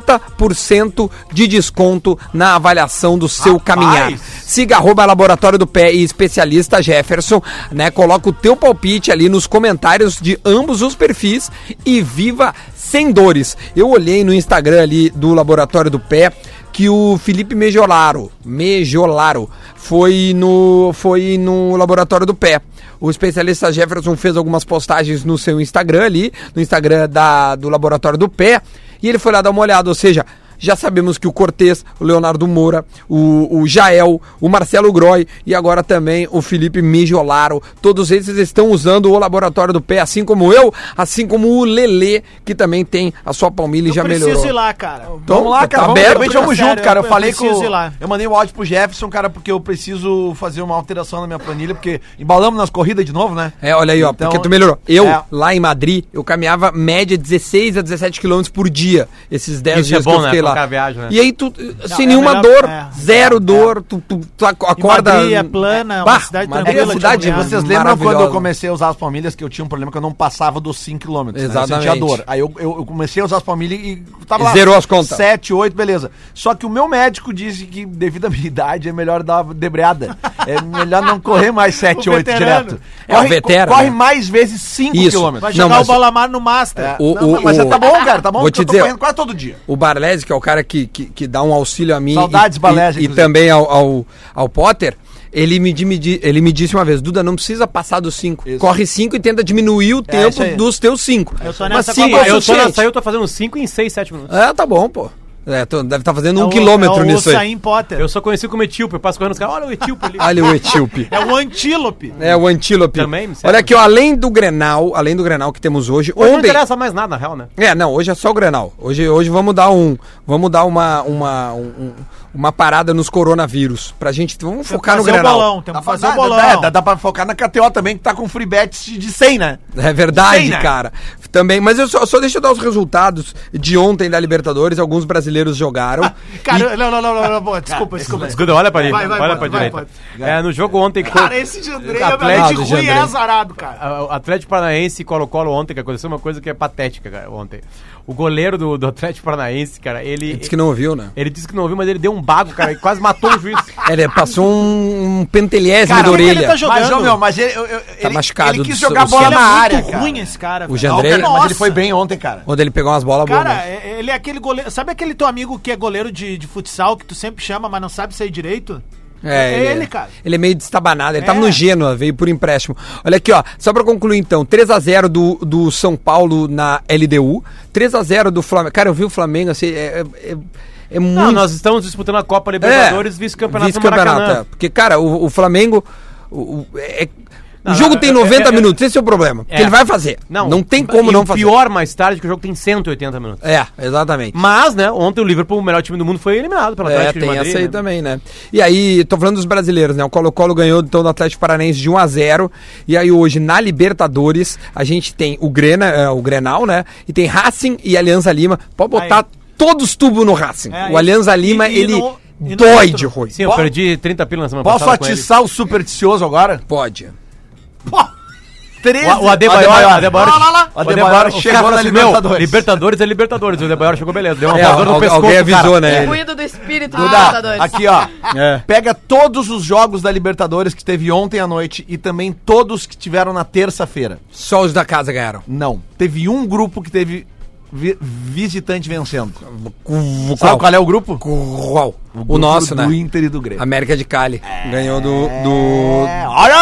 S1: 50% de desconto na avaliação do seu caminhar. Siga arroba Laboratório do Pé e especialista Jefferson, né? Coloca o teu palpite ali nos comentários de ambos os perfis e viva sem dores. Eu olhei no Instagram ali do Laboratório do Pé, que o Felipe Mejolaro, Mejolaro, foi no, foi no laboratório do pé. O especialista Jefferson fez algumas postagens no seu Instagram ali, no Instagram da, do laboratório do pé, e ele foi lá dar uma olhada, ou seja, já sabemos que o Cortez, o Leonardo Moura, o, o Jael, o Marcelo Groy e agora também o Felipe Mijolaro. Todos esses estão usando o Laboratório do Pé, assim como eu, assim como o Lelê, que também tem a sua palmilha e já
S4: preciso
S1: melhorou.
S4: ir lá, cara.
S1: Então,
S5: vamos lá,
S1: tá
S5: cara. Vamos,
S1: aberto,
S5: realmente vamos
S4: cara.
S5: junto, cara. Eu,
S4: Eu
S5: falei
S4: preciso
S5: com.
S4: ir lá.
S5: Eu mandei o áudio pro Jefferson, cara, porque eu preciso fazer uma alteração na minha planilha, porque embalamos nas corridas de novo, né?
S1: É, olha aí, ó,
S5: Então,
S1: porque tu melhorou. Eu,
S5: é.
S1: lá em Madrid, eu caminhava média 16 a 17 quilômetros por dia, esses 10
S3: Isso é
S1: dias
S3: bom,
S1: que eu
S3: né,
S1: fiquei lá.
S3: trocar a viagem, né?
S1: E aí tu, eh, sem
S4: é
S1: nenhuma
S4: melhor-
S1: dor,
S4: é,
S1: zero
S4: é,
S1: dor, Tu, tu, tu ac- acorda...
S4: Madrid é plana, é uma
S1: Bah,
S4: cidade
S1: Madrid é
S4: tranquila
S1: uma
S4: de
S1: cidade,
S4: caminhar.
S5: Vocês lembram quando eu
S1: maravilhosa.
S5: comecei a usar as palmilhas que eu tinha um problema que eu não passava dos 5 km, né? Eu sentia
S1: Exatamente.
S5: dor. Aí eu, eu- eu comecei a usar as palmilhas e tava lá.
S1: Zerou as contas.
S5: 7, 8, beleza. Só que o meu médico disse que devido à minha idade é melhor dar uma debreada. é melhor não correr mais 7,
S4: O
S5: 8
S4: veterano.
S5: direto.
S1: É, o veterano, né?
S5: corre mais vezes 5
S1: Isso.
S5: km.
S1: Não,
S4: Vai jogar
S1: mas-
S4: o Balamar no Master.
S5: É.
S1: O-
S5: Não,
S1: o-
S5: mas
S1: o-
S5: tá bom, cara, tá bom.
S1: Vou
S5: porque
S1: te dizer,
S5: eu tô correndo quase todo dia.
S1: O Barlese, que é o cara que, que, que dá um auxílio a mim
S5: Saudades,
S1: e,
S5: Barlese,
S1: e- e
S5: inclusive.
S1: também ao, ao, ao Potter, ele me, di- me di- ele me disse uma vez, Duda, não precisa passar dos 5.
S5: Isso.
S1: Corre 5 e tenta diminuir o
S5: isso
S1: tempo
S5: aí.
S1: dos teus 5.
S4: É Eu tô nessa com a
S1: é
S4: Bahia.
S1: o
S3: eu tô
S1: suficiente.
S3: nessa aí, eu tô fazendo 5 em 6, 7 minutos.
S1: É, tá bom, pô. É, tu deve estar fazendo
S4: É
S1: um
S4: o-
S1: quilômetro
S4: é o
S1: nisso aí.
S4: Saim Potter.
S3: Eu sou conhecido como etíope, eu passo correndo os caras, olha o etíope ali.
S1: Olha o etíope.
S4: É o antílope.
S1: É, o antílope.
S3: Também, me serve.
S1: Olha aqui, ó, além do Grenal, além do Grenal que temos hoje,
S3: Hoje não
S1: ontem...
S3: interessa mais nada, na real, né?
S1: É, não, hoje é só o Grenal. Hoje, hoje vamos dar um, vamos dar uma, uma, um- uma parada nos coronavírus pra gente, vamos focar no
S4: fazer o
S1: Grenal.
S4: bolão, temos que fazer o bolão.
S1: tá
S5: Dá, dá, dá pra focar na KTO também, que tá com free bet de 100, né?
S1: É verdade,
S5: Sei, né?
S1: cara. Também, mas eu só, só deixa eu dar os resultados de ontem da Libertadores. Alguns brasileiros jogaram.
S4: Ah, Cara, não, não, não, não, não, boa, desculpa, desculpa.
S3: Escuta, olha pra direita.
S4: Vai, vai,
S3: Olha
S4: vai,
S3: pra
S4: vai,
S3: direita. É, no jogo ontem.
S4: Cara, esse Jandrei é
S3: Atlético
S4: verdade,
S5: do
S4: ruim é
S5: Jandrei.
S4: azarado, cara.
S3: A- O Atlético Paranaense e Colo-Colo ontem, que aconteceu uma coisa que é patética, cara, ontem. O goleiro do, do Atlético Paranaense, cara, ele.
S1: Diz que não ouviu, né?
S3: Ele disse que não ouviu, mas ele deu um bago, cara, e quase matou o juiz.
S1: Ele passou um, um pentelésimo
S4: Cara,
S1: da
S4: o que que ele
S1: orelha.
S4: tá jogando?
S5: Mas, ô, meu, mas ele, eu- eu- ele-
S1: machucado
S5: ele quis
S1: do
S5: jogar
S1: seu-
S5: bola
S4: ele
S5: na
S4: é muito
S5: área, cara.
S4: ruim esse cara.
S1: O
S4: velho.
S1: Jandrei-
S4: Não,
S5: Mas
S4: nossa.
S5: ele foi bem ontem, cara.
S1: Onde ele pegou umas bolas boas.
S4: Cara,
S1: né?
S4: é- ele é aquele goleiro. Sabe aquele teu amigo que é goleiro de, de futsal, que tu sempre chama, mas não sabe sair direito?
S1: É,
S4: ele, cara.
S1: Ele é meio destabanado. Ele
S4: É.
S1: tava no Gênua, veio por empréstimo. Olha aqui, ó. Só pra concluir, então. 3x0 do, do São Paulo na LDU. 3x0 do Flamengo. Cara, eu vi o Flamengo, assim, é, é, é- é muito...
S3: Não, nós estamos disputando a Copa Libertadores,
S1: É,
S3: vice-campeonato do
S1: vice-campeonato, é.
S3: Maracanã.
S1: Porque, cara, o, o Flamengo... O, o- é- o
S3: Não,
S1: jogo
S3: não,
S1: tem
S3: eu-
S1: 90
S3: eu- eu-
S1: minutos, esse é o problema. Porque
S3: É.
S1: ele vai fazer. Não, não tem como
S3: e
S1: não
S3: o
S1: fazer.
S3: pior mais tarde, que o jogo tem 180 minutos.
S1: É, exatamente.
S3: Mas, né, ontem o Liverpool, o melhor time do mundo, foi eliminado pelo
S1: É,
S3: Atlético
S1: tem
S3: de Madrid.
S1: essa aí
S3: né?
S1: também, né? E aí, tô falando dos brasileiros, né? O Colo-Colo ganhou então do Atlético Paranaense de 1 a 0 E aí hoje na Libertadores a gente tem o Grena, é, o Grenal, né? E tem Racing e Alianza Lima. Pode botar
S4: Aí.
S1: todos os tubos no Racing.
S4: É,
S1: o
S4: e-
S1: Alianza
S4: e-
S1: Lima,
S4: e
S1: ele
S4: no- e no
S1: dói
S4: outro.
S1: de ruim.
S3: Sim, eu
S5: Po-
S3: perdi 30 pila na semana
S5: Posso
S3: passada. com ele.
S5: atiçar o supersticioso agora?
S1: Pode.
S4: Pô,
S5: 13.
S3: O, o Adebayor,
S5: Adebayor.
S3: o Adebayor,
S4: Lá, lá, lá.
S5: O Adebayor
S3: os
S5: chegou
S3: caras
S5: na
S3: assim, meu,
S5: Libertadores.
S3: Libertadores é Libertadores. O Adebayor chegou, beleza. Deu uma
S1: É,
S3: voadora no
S1: al-
S3: pescoço.
S1: alguém
S3: do cara.
S1: avisou, né? ele.
S6: Cuida do espírito
S5: Duda,
S6: Libertadores.
S5: Ah, tá. aqui ó, pega todos os jogos da Libertadores que teve ontem à noite e também todos que tiveram na terça-feira.
S1: Só os da casa ganharam.
S5: Não, teve um grupo que teve vi- visitante vencendo.
S1: Cu-
S5: Sabe
S1: Qual?
S5: qual é o grupo?
S1: Qual? O,
S5: grupo
S1: nosso,
S5: do
S1: né?
S5: Inter e do Grêmio.
S1: América de Cali. Ganhou do, do-
S5: É, olha!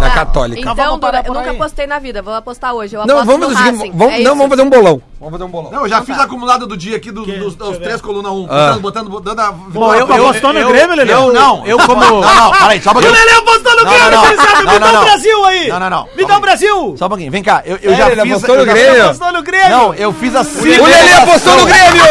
S1: da
S6: Ah,
S1: Católica.
S6: Então,
S4: vamos
S6: Duda,
S4: parar
S6: eu
S4: por
S6: nunca
S4: aí.
S6: apostei na vida, vou apostar hoje. Então, Eu
S1: Não,
S6: aposto
S1: vamos
S6: no
S1: fazer,
S6: Racing,
S1: vamos,
S6: é
S1: não,
S6: isso.
S1: vamos fazer um bolão.
S5: Não, eu já fiz a acumulada do dia aqui do-
S4: Que-
S5: dos,
S4: deixa eu
S5: dos
S4: ver.
S5: três coluna 1,
S1: Ah.
S5: botando, botando, botando a...
S3: Bom, eu,
S4: Tu apostou no Grêmio, Lelê?
S3: Eu, não, eu como...
S5: Não, não, peraí, só um pouquinho.
S4: apostou no
S5: Não, não, não. Não,
S4: me
S5: não,
S4: dá
S5: não.
S4: o Brasil aí!
S5: Não, não, não.
S4: Me dá o Brasil!
S5: Só um pouquinho, vem cá, eu, eu já
S1: ele
S5: fiz...
S1: apostou no
S5: eu já-
S1: Grêmio.
S4: Apostou no Grêmio!
S5: Não, eu fiz a... O
S1: O Lelê apostou no Grêmio!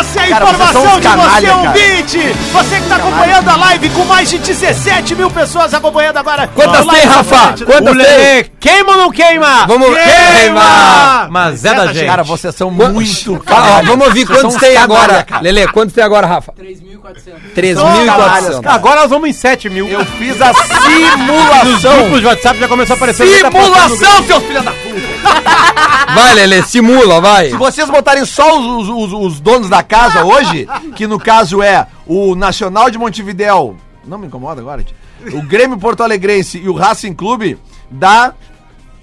S4: Essa é a
S5: Cara, vocês são uns
S4: informação de você,
S5: canalha, cara.
S4: ouvinte! Você que tá acompanhando a live com mais de 17 mil pessoas acompanhando agora.
S1: Quantas
S4: Olá,
S1: tem, Rafa?
S4: gente.
S1: Quantas
S3: O
S1: tem?
S3: Lelê, queima ou não queima?
S1: Vamos queimar!
S3: Mas é da gente.
S5: Cara, vocês são
S1: Quant-
S5: muito...
S1: Ah, ó,
S5: canalha.
S1: vamos ouvir
S5: Vocês
S1: quantos
S5: são
S1: tem
S5: uns
S1: agora.
S5: canalha, cara.
S1: Lele, quantos tem agora, Rafa? 3.400.
S5: Canalhas, cara.
S3: Agora nós vamos em 7 mil.
S5: Eu fiz a
S3: Os grupos
S5: simulação.
S3: de WhatsApp já começou a aparecer. gente apostando no
S5: Simulação, seus filhos da puta.
S1: Vai, Lele, simula, vai.
S5: Se vocês botarem só os, os- os- os donos da casa hoje, que no caso é o Nacional de Montevidéu, não me incomoda agora, tio. o Grêmio Porto Alegrense e o Racing Clube, dá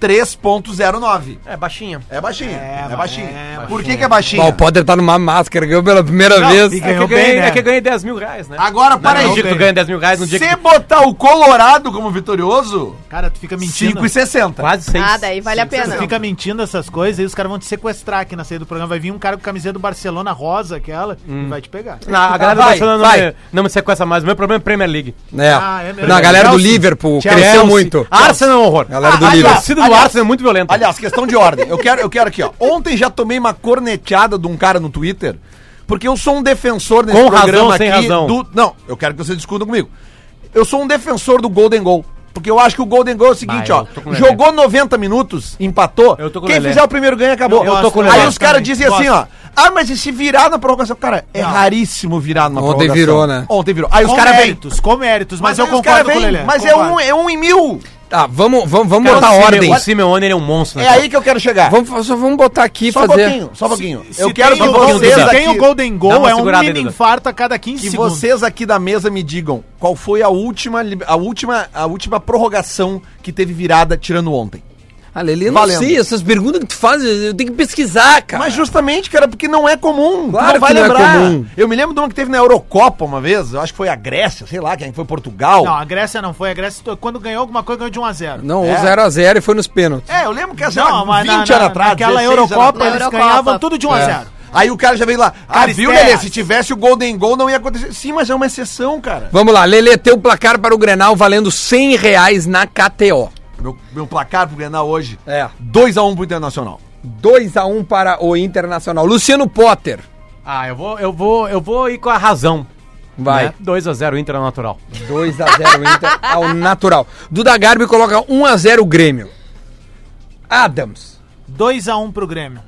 S5: 3.09.
S3: Grêmio. É, baixinha.
S5: É baixinho, é,
S4: mas-
S5: baixinho.
S4: é,
S5: Por que, que é
S1: Ó, o
S5: baixinho?
S1: Potter tá numa máscara, ganhou pela primeira vez.
S4: e
S3: É que, eu
S4: Ganhou
S3: ganhei,
S4: bem, né?
S3: é que eu ganhei 10 mil reais, né?
S5: Agora, para
S3: Não,
S5: aí.
S3: no dia que tu ganha 10 mil reais, no dia que
S5: Se
S3: tu-
S5: botar o Colorado como vitorioso,
S4: Cara, tu fica mentindo.
S5: 5,60.
S3: Quase 6.
S6: Ah, daí vale a pena.
S4: Tu fica mentindo essas coisas e os caras vão te sequestrar aqui na saída do programa. Vai vir um cara com camiseta do Barcelona rosa, aquela,
S5: Hum.
S4: e vai te pegar.
S3: a galera do
S1: Vai,
S3: Barcelona não
S1: vai.
S3: me, não me sequestra mais. O meu problema é Premier League.
S1: É.
S4: Ah, é mesmo.
S1: Na galera do
S4: Chelsea.
S1: Liverpool,
S4: Chelsea.
S1: cresceu muito.
S3: Arsenal é um horror.
S1: Galera do
S3: a
S1: Liverpool.
S3: torcida do
S5: Aliás-
S3: Arsenal é muito violenta.
S5: Aliás, questão de ordem. Eu quero, eu quero aqui, ó. Ontem já tomei uma corneteada de um cara no Twitter, porque eu sou um defensor nesse
S3: Com razão,
S5: programa
S3: sem
S5: aqui
S3: razão.
S5: do. Não, eu quero que você discuta comigo. Eu sou um defensor do Golden Goal. Porque eu acho que o Golden Goal é o seguinte,
S3: Bah, eu
S5: ó.
S3: tô com o
S5: Jogou 90 minutos, empatou.
S3: Eu tô com o
S5: Quem
S3: Lelé.
S5: fizer o primeiro ganha, acabou.
S3: Eu tô com o
S5: Aí
S3: Lelé.
S5: os caras
S4: Também,
S5: dizem assim, ó. Ah, mas e se virar na prorrogação? Cara, é raríssimo virar numa
S1: Ontem
S5: prorrogação.
S1: virou, né?
S5: Ontem virou. Aí os
S4: com
S5: caras vêm.
S4: méritos, com méritos, mas, eu
S5: aí os
S4: concordo
S5: caras
S4: com o
S5: vêm,
S4: Lelé.
S5: Mas é
S4: concordo.
S5: um, é um em mil.
S1: Tá, vamos, vamos, vamos
S3: Cara,
S1: botar
S3: o Simeone-
S1: ordem.
S3: O Simeone ele é um monstro. né,
S5: É
S3: cara?
S5: aí que eu quero chegar.
S1: Vamos, fa- só vamos botar aqui e
S5: Só um
S1: fazer.
S5: pouquinho, só um pouquinho.
S4: Se
S5: eu quero
S4: tem
S5: que
S4: o Golden-
S5: vocês
S4: se
S5: aqui,
S4: tem o Golden
S3: Dá
S4: Goal,
S3: uma
S4: é um
S3: segurada aí,
S4: mini
S3: Duda.
S4: infarto a cada 15
S5: que
S4: segundos.
S5: vocês aqui da mesa me digam qual foi a última, li- a última, a última prorrogação que teve virada tirando ontem.
S1: Ah, Lele, eu
S5: Valendo.
S1: essas perguntas que tu faz, eu tenho que pesquisar, cara.
S5: Mas justamente, cara, porque não é comum. tu
S1: Claro
S5: não
S1: que
S5: vai
S1: não é
S5: lembrar.
S1: comum.
S5: Eu me lembro de uma que teve na Eurocopa uma vez, eu acho que foi a Grécia, sei lá, quem foi Portugal.
S4: Não, a Grécia não foi. A Grécia, quando ganhou alguma coisa, ganhou de 1 a 0
S1: Não, ou
S5: É.
S1: 0x0 e foi nos pênaltis.
S5: É, eu lembro que essa
S4: Não,
S5: era
S4: mas
S5: 20
S4: na-
S5: anos
S4: na-
S5: atrás,
S4: naquela
S5: 16 anos
S4: Eurocopa
S5: atrás.
S4: eles
S6: Eurocopa.
S4: ganhavam tudo de 1 a 0
S5: Aí o cara já veio lá, ah,
S4: Cara,
S5: viu,
S4: espera.
S5: Lelê, se tivesse o Golden Goal não ia acontecer. Sim, mas é uma exceção, cara.
S1: Vamos lá, Lele, teu placar para o Grenal valendo 100 reais na KTO.
S5: Meu, meu placar pro Grenal hoje,
S1: É.
S5: 2x1 pro Internacional.
S1: 2x1 para o Internacional. Luciano Potter.
S3: Ah, eu vou, eu, vou, eu vou ir com a razão.
S1: Vai.
S3: Né? 2x0 Inter natural.
S1: 2x0 Inter um ao natural. Duda Garbi coloca 1x0 Grêmio. Adams.
S4: 2x1 pro Grêmio.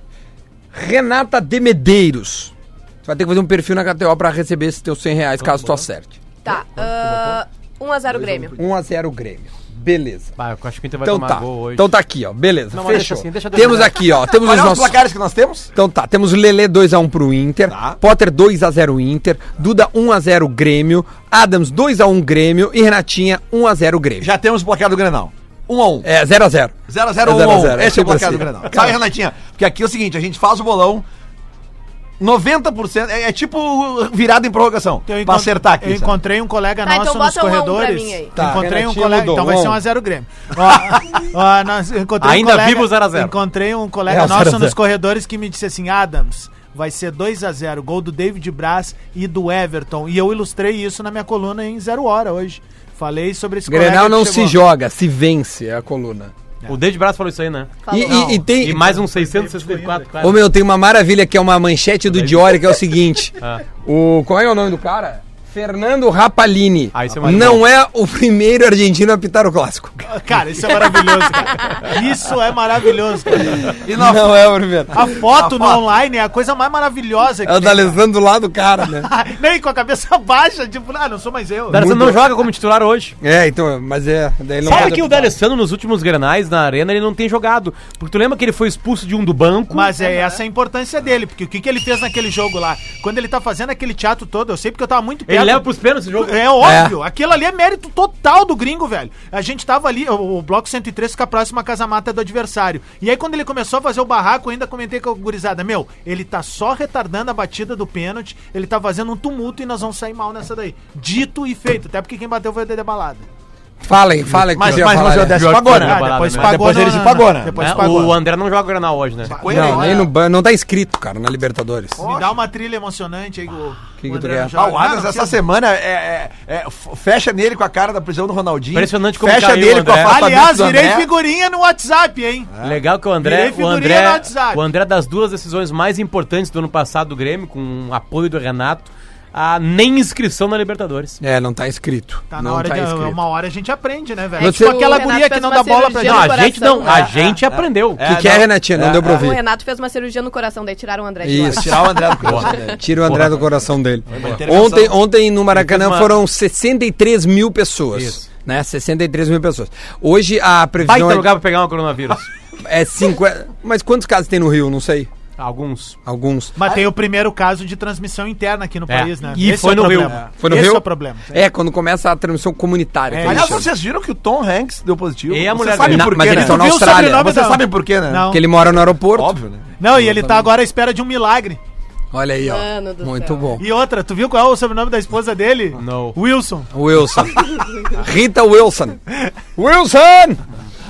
S1: Renata de Medeiros. Você vai ter que fazer um perfil na KTO pra receber esses teus 100 reais, caso tu acerte.
S6: Tá. ah, 1x0 Grêmio.
S1: 1x0 Grêmio. Beleza.
S3: Ah, eu acho que o Inter vai
S1: Então
S3: tomar
S1: tá.
S3: gol hoje.
S1: Então tá aqui, ó. Beleza.
S3: Não, mas
S1: Fechou.
S3: deixa assim, deixa dois
S1: temos
S3: a zero.
S1: aqui, ó. Temos os
S5: Olha os
S1: nossos.
S5: placares que nós temos.
S1: Então tá, temos Lelê 2x1 pro Inter,
S5: Tá.
S1: Potter 2x0 Inter, Duda 1x0 Grêmio, Adams 2x1 Grêmio e Renatinha 1x0 Grêmio.
S5: Já temos o placar do Grenal. 1 a 1
S1: É, 0x0.
S5: 0 a 0 1
S1: 0 a
S5: a 1
S1: 0, é
S5: Esse é o
S1: tipo
S5: placar
S1: assim.
S5: do Grenal.
S1: Cara.
S5: Sabe, Renatinha? Porque aqui é o seguinte, a gente faz o bolão 90%, é, é tipo virada em prorrogação,
S4: Então Eu
S5: pra
S4: encont-
S5: acertar aqui.
S4: Eu
S5: sabe?
S4: encontrei um colega
S6: Tá,
S4: nosso
S6: então
S4: nos
S6: bota um a um pra
S4: corredores.
S6: mim aí.
S1: Tá,
S4: encontrei um
S1: Renatinho
S4: colega.
S1: mudou,
S4: Então vai
S1: um a
S4: ser
S1: um.
S4: 1x0 Grêmio. Ó, ó, nós- eu encontrei um
S3: Ainda
S4: colega,
S3: vivo 0 a 0.
S4: Encontrei um colega
S1: É, o 0 a
S4: nosso
S1: 0.
S4: nos corredores que me disse assim: Adams, vai ser 2x0, gol do David Braz e do Everton. E eu ilustrei isso na minha coluna em Zero Hora hoje. Falei sobre esse
S1: Grenal
S4: colega
S1: não
S4: que
S1: se
S4: chegou.
S1: joga, se vence, é a coluna.
S3: O David Braz falou isso aí, né?
S1: E,
S6: Falou.
S1: e- e tem.
S3: E mais um 664, claro.
S1: Ô meu, tem uma maravilha que é uma manchete do Diori que é o seguinte:
S3: Ah.
S1: o qual é o nome do cara? Fernando Rapalini.
S3: Ah, isso é mais
S1: não é o primeiro argentino a pitar o clássico.
S4: Cara, isso é maravilhoso, cara. Isso é maravilhoso, cara.
S5: E nós-
S1: Não é o primeiro.
S4: A foto no
S5: foto.
S4: online é a coisa mais maravilhosa que
S1: É o da
S4: tem. Ah,
S1: Alessandro lá do cara, né?
S4: Nem com a cabeça baixa, tipo, ah, não sou mais eu.
S3: O D'Alessandro não
S1: Muito.
S3: joga como titular hoje.
S1: É, então, mas é. Daí ele não
S3: Sabe
S1: pode
S3: que o
S1: optar.
S3: D'Alessandro nos últimos Grenais na Arena ele não tem jogado. Porque tu lembra que ele foi expulso de um do banco?
S4: Mas é essa a importância dele, porque o que, que ele fez naquele jogo lá? Quando ele tá fazendo aquele teatro todo, eu sei porque eu tava muito
S3: Ele leva pros pênaltis o jogo.
S4: É óbvio, aquilo ali é mérito total do gringo, velho. A gente tava ali, o, o bloco 103 fica próximo à casa mata do adversário. E aí, quando ele começou a fazer o barraco, eu ainda comentei com a gurizada: Meu, ele tá só retardando a batida do pênalti, ele tá fazendo um tumulto e nós vamos sair mal nessa daí. Dito e feito, até porque quem bateu foi o Dedé Balada.
S1: Falem, falem. que
S5: Mas-
S1: eu ia
S5: mas-
S1: falar,
S5: mas eu
S1: né?
S5: desse-
S3: Pior que
S5: pagou,
S3: foi
S5: né?
S3: na
S5: Ah,
S3: balada,
S4: depois
S3: né?
S5: Mas depois
S4: Pagou,
S5: ele se
S4: não,
S5: pagou,
S4: não,
S5: né?
S4: depois
S3: Né?
S4: se pagou.
S3: O André não joga Grenal hoje, né?
S1: Não, nem no ban, não tá inscrito, cara, na Libertadores.
S4: Me dá uma trilha emocionante aí, o.
S1: que
S4: o
S1: tu
S4: André
S1: quer?
S4: não joga.
S5: Ah, o Adams
S4: Não, não
S5: essa semana é- é- é, f- fecha nele com a cara da prisão do Ronaldinho.
S3: Impressionante como
S5: fecha
S3: caiu,
S5: nele com a
S3: André.
S5: afastamento
S4: Aliás,
S5: do
S4: virei
S5: André.
S4: figurinha no WhatsApp, hein?
S5: É.
S3: Legal que o André,
S4: É. Virei
S3: o
S4: figurinha
S3: André,
S4: no WhatsApp.
S3: o André é das duas decisões mais importantes do ano passado do Grêmio, com o apoio do Renato, a nem inscrição na Libertadores.
S1: É, não tá inscrito.
S4: Tá na
S1: não
S4: hora
S1: tá
S4: de.
S1: inscrito.
S4: Uma hora a gente aprende, né, velho?
S1: É
S4: É
S1: tipo
S4: tipo
S1: o
S4: aquela
S6: Renato
S4: guria que
S6: fez
S4: não
S6: uma
S4: dá bola pra
S6: cirurgia
S3: Não,
S4: gente.
S6: no
S3: a gente
S6: coração,
S3: não, a
S6: né?
S3: gente aprendeu.
S1: O que, que é, Renatinha? Não deu pra
S6: O
S1: ouvir.
S6: Renato fez uma cirurgia no coração, daí tiraram o André de lá.
S1: Isso.
S5: Tirar o André do coração dele.
S1: Tira o André do coração dele.
S5: intervenção.
S1: Ontem, ontem no Maracanã
S3: Ele fez uma-
S1: foram 63 mil pessoas.
S3: Isso.
S1: Né? 63 mil pessoas. Hoje a
S3: Vai
S1: previsão
S3: ter
S1: é,
S3: lugar pra pegar um coronavírus.
S1: é 50. Mas quantos casos tem no Rio? Não sei.
S3: Alguns.
S1: Alguns.
S4: Mas tem o primeiro caso de transmissão interna aqui no
S3: É.
S4: país, né?
S3: E foi
S4: o
S3: no
S4: problema.
S3: Rio.
S1: Foi no
S4: Esse
S1: Rio?
S4: é o problema.
S1: É, quando começa a transmissão comunitária.
S4: É,
S1: que eles
S5: Aliás,
S1: chamam.
S5: vocês viram que o Tom Hanks deu positivo.
S3: E a
S5: Vocês
S3: mulher
S5: sabem
S3: dele?
S5: por
S1: Mas
S5: quê,
S1: eles
S5: né?
S1: estão na
S4: viu o
S1: Austrália.
S4: sobrenome
S5: Vocês
S4: Não.
S5: sabem por quê, né?
S4: Não.
S1: Porque ele mora no aeroporto.
S5: Óbvio, né?
S4: Não, e ele tá agora à espera de um milagre.
S1: Olha aí, ó.
S6: Mano do
S1: Muito
S6: céu.
S1: bom.
S4: E outra, tu viu qual é o sobrenome da esposa dele?
S3: Não.
S4: Wilson.
S1: Wilson. Rita Wilson. Wilson!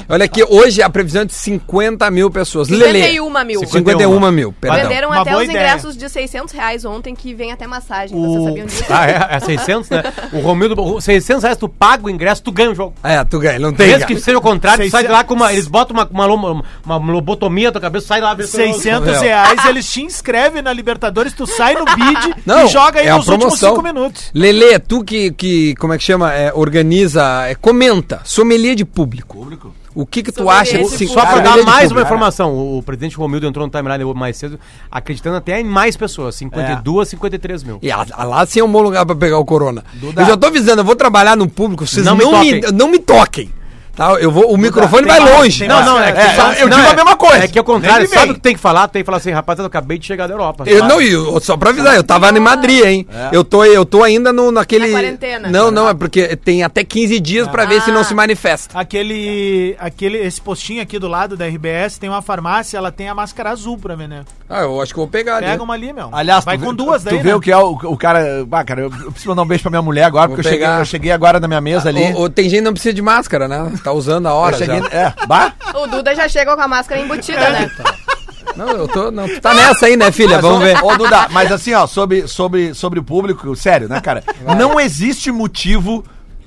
S1: Olha aqui, hoje a previsão é de 50 mil pessoas. Lele.
S6: 51 mil.
S1: 51 mil, perdão.
S6: Venderam
S4: Uma
S6: até
S4: boa
S6: os
S4: ideia.
S6: ingressos de 600 reais ontem, que vem até massagem. Vocês sabiam disso?
S3: Ah, é, é 600, né? O Romildo, o 600 reais tu paga o ingresso, tu ganha o jogo.
S1: É, tu ganha, não tem.
S3: Mesmo
S1: cara.
S3: que seja o contrário, tu sai de
S4: 600.
S3: lá com uma. Eles botam uma, uma, lomo- uma lobotomia na tua cabeça, sai lá vê se-
S4: 600 reais, eles te inscrevem na Libertadores, tu sai no bid
S1: Não,
S4: e joga aí
S1: é a
S4: nos últimos
S1: promoção.
S4: 5 minutos.
S1: Lele, é tu que, que como é que chama? É, organiza, é, comenta, sommelier de público. O que que tu
S6: Sommelier
S1: acha
S6: de
S1: desse
S6: público.
S3: Só pra
S1: sommelier
S3: dar
S1: de
S3: mais uma
S1: público?
S3: informação, o o presidente Romildo entrou no timeline mais cedo, acreditando até em mais pessoas,
S1: É.
S3: 52, 53 mil.
S1: E a- a- lá sim é um bom lugar pra pegar o corona. Eu já tô avisando, eu vou trabalhar no público, vocês não,
S3: Não me
S1: me,
S3: toquem.
S1: não me toquem. Tá? Eu vou, o microfone
S4: tem
S1: vai
S4: mais,
S1: longe.
S4: tem
S3: Não, não, é que tu
S5: É,
S3: sabe-
S5: eu
S3: não,
S5: digo
S3: é-
S5: a mesma coisa.
S3: É que ao contrário,
S5: Nem me
S3: sabe
S5: vem.
S3: o que tem que falar? Tem que falar assim, rapaz, eu acabei de chegar da Europa.
S1: Eu, não, e eu- só pra avisar, eu tava em Madrid, hein? Eu, tô, eu tô ainda no, naquele.
S6: Na quarentena.
S1: Não, não, é porque tem até 15 dias pra ver se não
S6: Ah.
S1: se manifesta.
S4: Aquele, aquele, esse postinho aqui do lado da RBS tem uma farmácia, ela tem a máscara azul pra vender.
S1: Ah, eu acho que eu vou pegar ali.
S4: Pega uma ali, meu.
S5: Aliás,
S4: vai
S5: tu
S4: com
S5: vê-
S4: duas
S5: tu
S4: daí,
S5: vê
S4: né?
S5: o que é o, o cara. Ah, cara, eu eu preciso mandar um beijo pra minha mulher agora,
S1: Vou
S5: porque eu cheguei,
S1: pegar. Ah,
S5: eu cheguei agora na minha mesa ali.
S1: Ou, tem gente que não precisa de máscara, né? Tá usando a
S5: eu
S1: hora.
S5: cheguei,
S1: já.
S5: é, bah,
S6: O Duda já chega com a máscara embutida, né?
S1: Não, eu tô. Não, tu tá nessa aí, né, filha?
S5: Mas,
S1: Vamos
S5: ô-
S1: ver.
S5: Ô, Duda, mas assim, ó, sobre, sobre, sobre o público, sério, né, cara? Não existe motivo